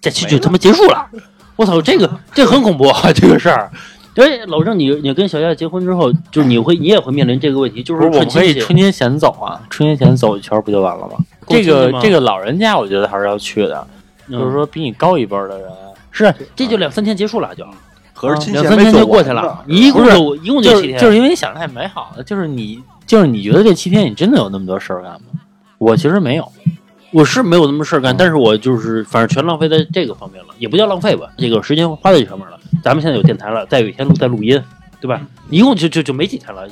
Speaker 2: 再去就他妈结束了。我操，这个这个很恐怖啊，这个事儿。对，老郑，你你跟小夏结婚之后，就是你会你也会面临这个问题，就
Speaker 4: 不
Speaker 2: 是
Speaker 4: 是，
Speaker 2: 说
Speaker 4: 我们可以
Speaker 2: 亲戚
Speaker 4: 春节前走啊，春节前走一圈不就完了吗？
Speaker 2: 过亲
Speaker 4: 这
Speaker 2: 戚
Speaker 4: 个
Speaker 2: 吗
Speaker 4: 这个老人家，我觉得还是要去的，
Speaker 2: 嗯
Speaker 4: 就是说比你高一辈儿的人，啊
Speaker 2: 是这
Speaker 4: 嗯
Speaker 2: 就两三天结束了，就
Speaker 3: 合着亲戚
Speaker 2: 两
Speaker 3: 还
Speaker 2: 三
Speaker 3: 没
Speaker 2: 天就
Speaker 3: 走
Speaker 2: 过去
Speaker 3: 完
Speaker 2: 了
Speaker 3: 呢，
Speaker 2: 你一共
Speaker 4: 不是
Speaker 2: 就一共
Speaker 4: 就
Speaker 2: 七
Speaker 4: 是
Speaker 2: 天，
Speaker 4: 就是因为你想的太美好了，就是你就是你觉得这七天你真的有那么多事儿干吗？我其实没有，
Speaker 2: 我是没有那么事儿干，
Speaker 4: 嗯
Speaker 2: 但是我就是反正全浪费在这个方面了，也不叫浪费吧，这个时间花在这上面了。咱们现在有电台了，再有一天录再录音，对吧？你一共就就就没几天了，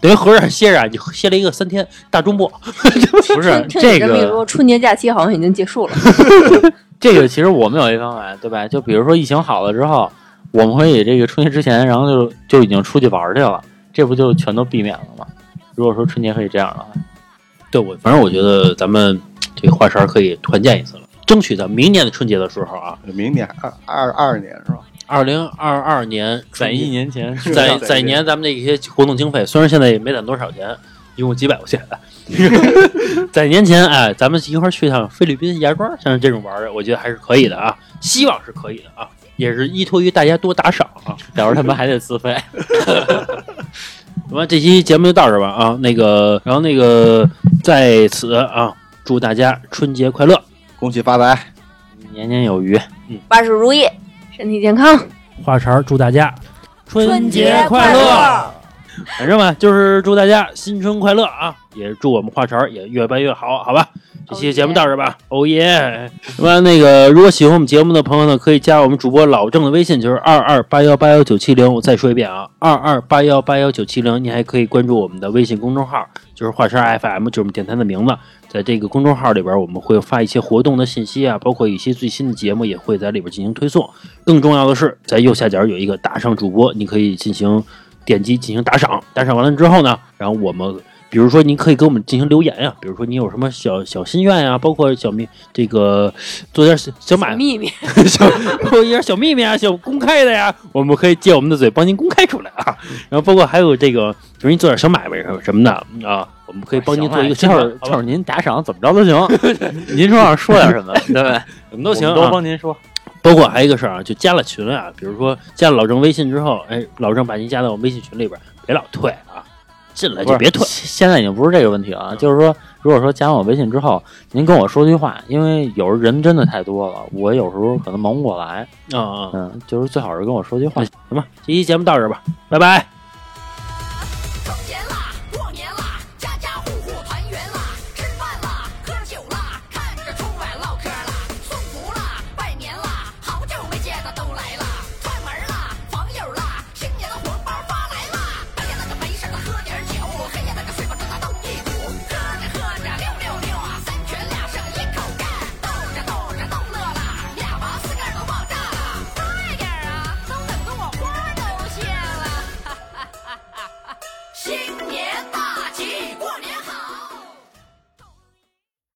Speaker 2: 等于合着歇着啊，你歇了一个三天大周末，
Speaker 4: 不是
Speaker 5: 听听
Speaker 4: 这
Speaker 5: 你这么一
Speaker 4: 个
Speaker 5: 说，春节假期好像已经结束了。
Speaker 4: 这个，其实我们有一方法，对吧？就比如说疫情好了之后，我们可以这个春节之前，然后就就已经出去玩儿去了，这不就全都避免了吗？如果说春节可以这样的话，
Speaker 2: 对我，反正我觉得咱们这个话茬儿可以团建一次了，争取咱明年的春节的时候啊，
Speaker 3: 明年二二二年是吧？
Speaker 2: 二零二二年
Speaker 4: 在
Speaker 2: 春节
Speaker 4: 一年前是
Speaker 2: 攒
Speaker 3: 攒
Speaker 2: 攒一年咱们的一些活动经费，虽然现在也没攒多少钱，一共几百块钱，在年前哎，咱们一块儿去趟菲律宾、芽庄，像这种玩儿的，我觉得还是可以的啊，希望是可以的啊，也是依托于大家多打赏啊。
Speaker 4: 到时候他们还得自
Speaker 2: [laughs]
Speaker 4: 费。
Speaker 2: 那么这期节目就到这儿吧啊，那个，然后那个在此啊，祝大家春节快乐。
Speaker 3: 恭喜发财！
Speaker 4: 年年有余。
Speaker 7: 万事如意，
Speaker 5: 身体健康，
Speaker 2: 话茬儿祝大家春节快乐，反正吧，就是祝大家新春快乐啊！也祝我们话茬儿也越办越好，好吧？这期节目到这儿吧，哦耶！那么那个，如果喜欢我们节目的朋友呢，可以加我们主播老郑的微信，就是二二八幺八幺九七零。我再说一遍啊，二二八幺八幺九七零。你还可以关注我们的微信公众号，就是话茬 FM，就是我们电台的名字。在这个公众号里边，我们会发一些活动的信息啊，包括一些最新的节目也会在里边进行推送。更重要的是，在右下角有一个打赏主播，你可以进行点击进行打赏。打赏完了之后呢，然后我们比如说您可以给我们进行留言呀、比如说你有什么小小心愿呀、包括小秘这个做点小小买
Speaker 5: 秘密。
Speaker 2: 小有一点小秘密啊，小公开的呀，我们可以借我们的嘴帮您公开出来啊。然后包括还有这个，比如您做点小买卖什么什么的啊，我们可以帮您做一个
Speaker 4: 就
Speaker 2: 宣
Speaker 4: 是
Speaker 2: 传，
Speaker 4: 就是您打赏怎么着都
Speaker 2: [laughs]
Speaker 4: 行，您说让说点什么，对吧？
Speaker 2: 什么都行、啊，
Speaker 4: 我们都帮您说。
Speaker 2: 包括还有一个事儿啊，就加了群啊，比如说加了老郑微信之后，哎，老郑把您加到我微信群里边，别老退啊，进来就别退嗯
Speaker 4: 不。是现在已经不是这个问题了啊，就是说，如果说加完我微信之后，您跟我说句话，因为有时候人真的太多了，我有时候可能忙不过来，
Speaker 2: 啊啊，
Speaker 4: 嗯，就是最好是跟我说句话。
Speaker 2: 行吧，这期节目到这儿吧，拜拜。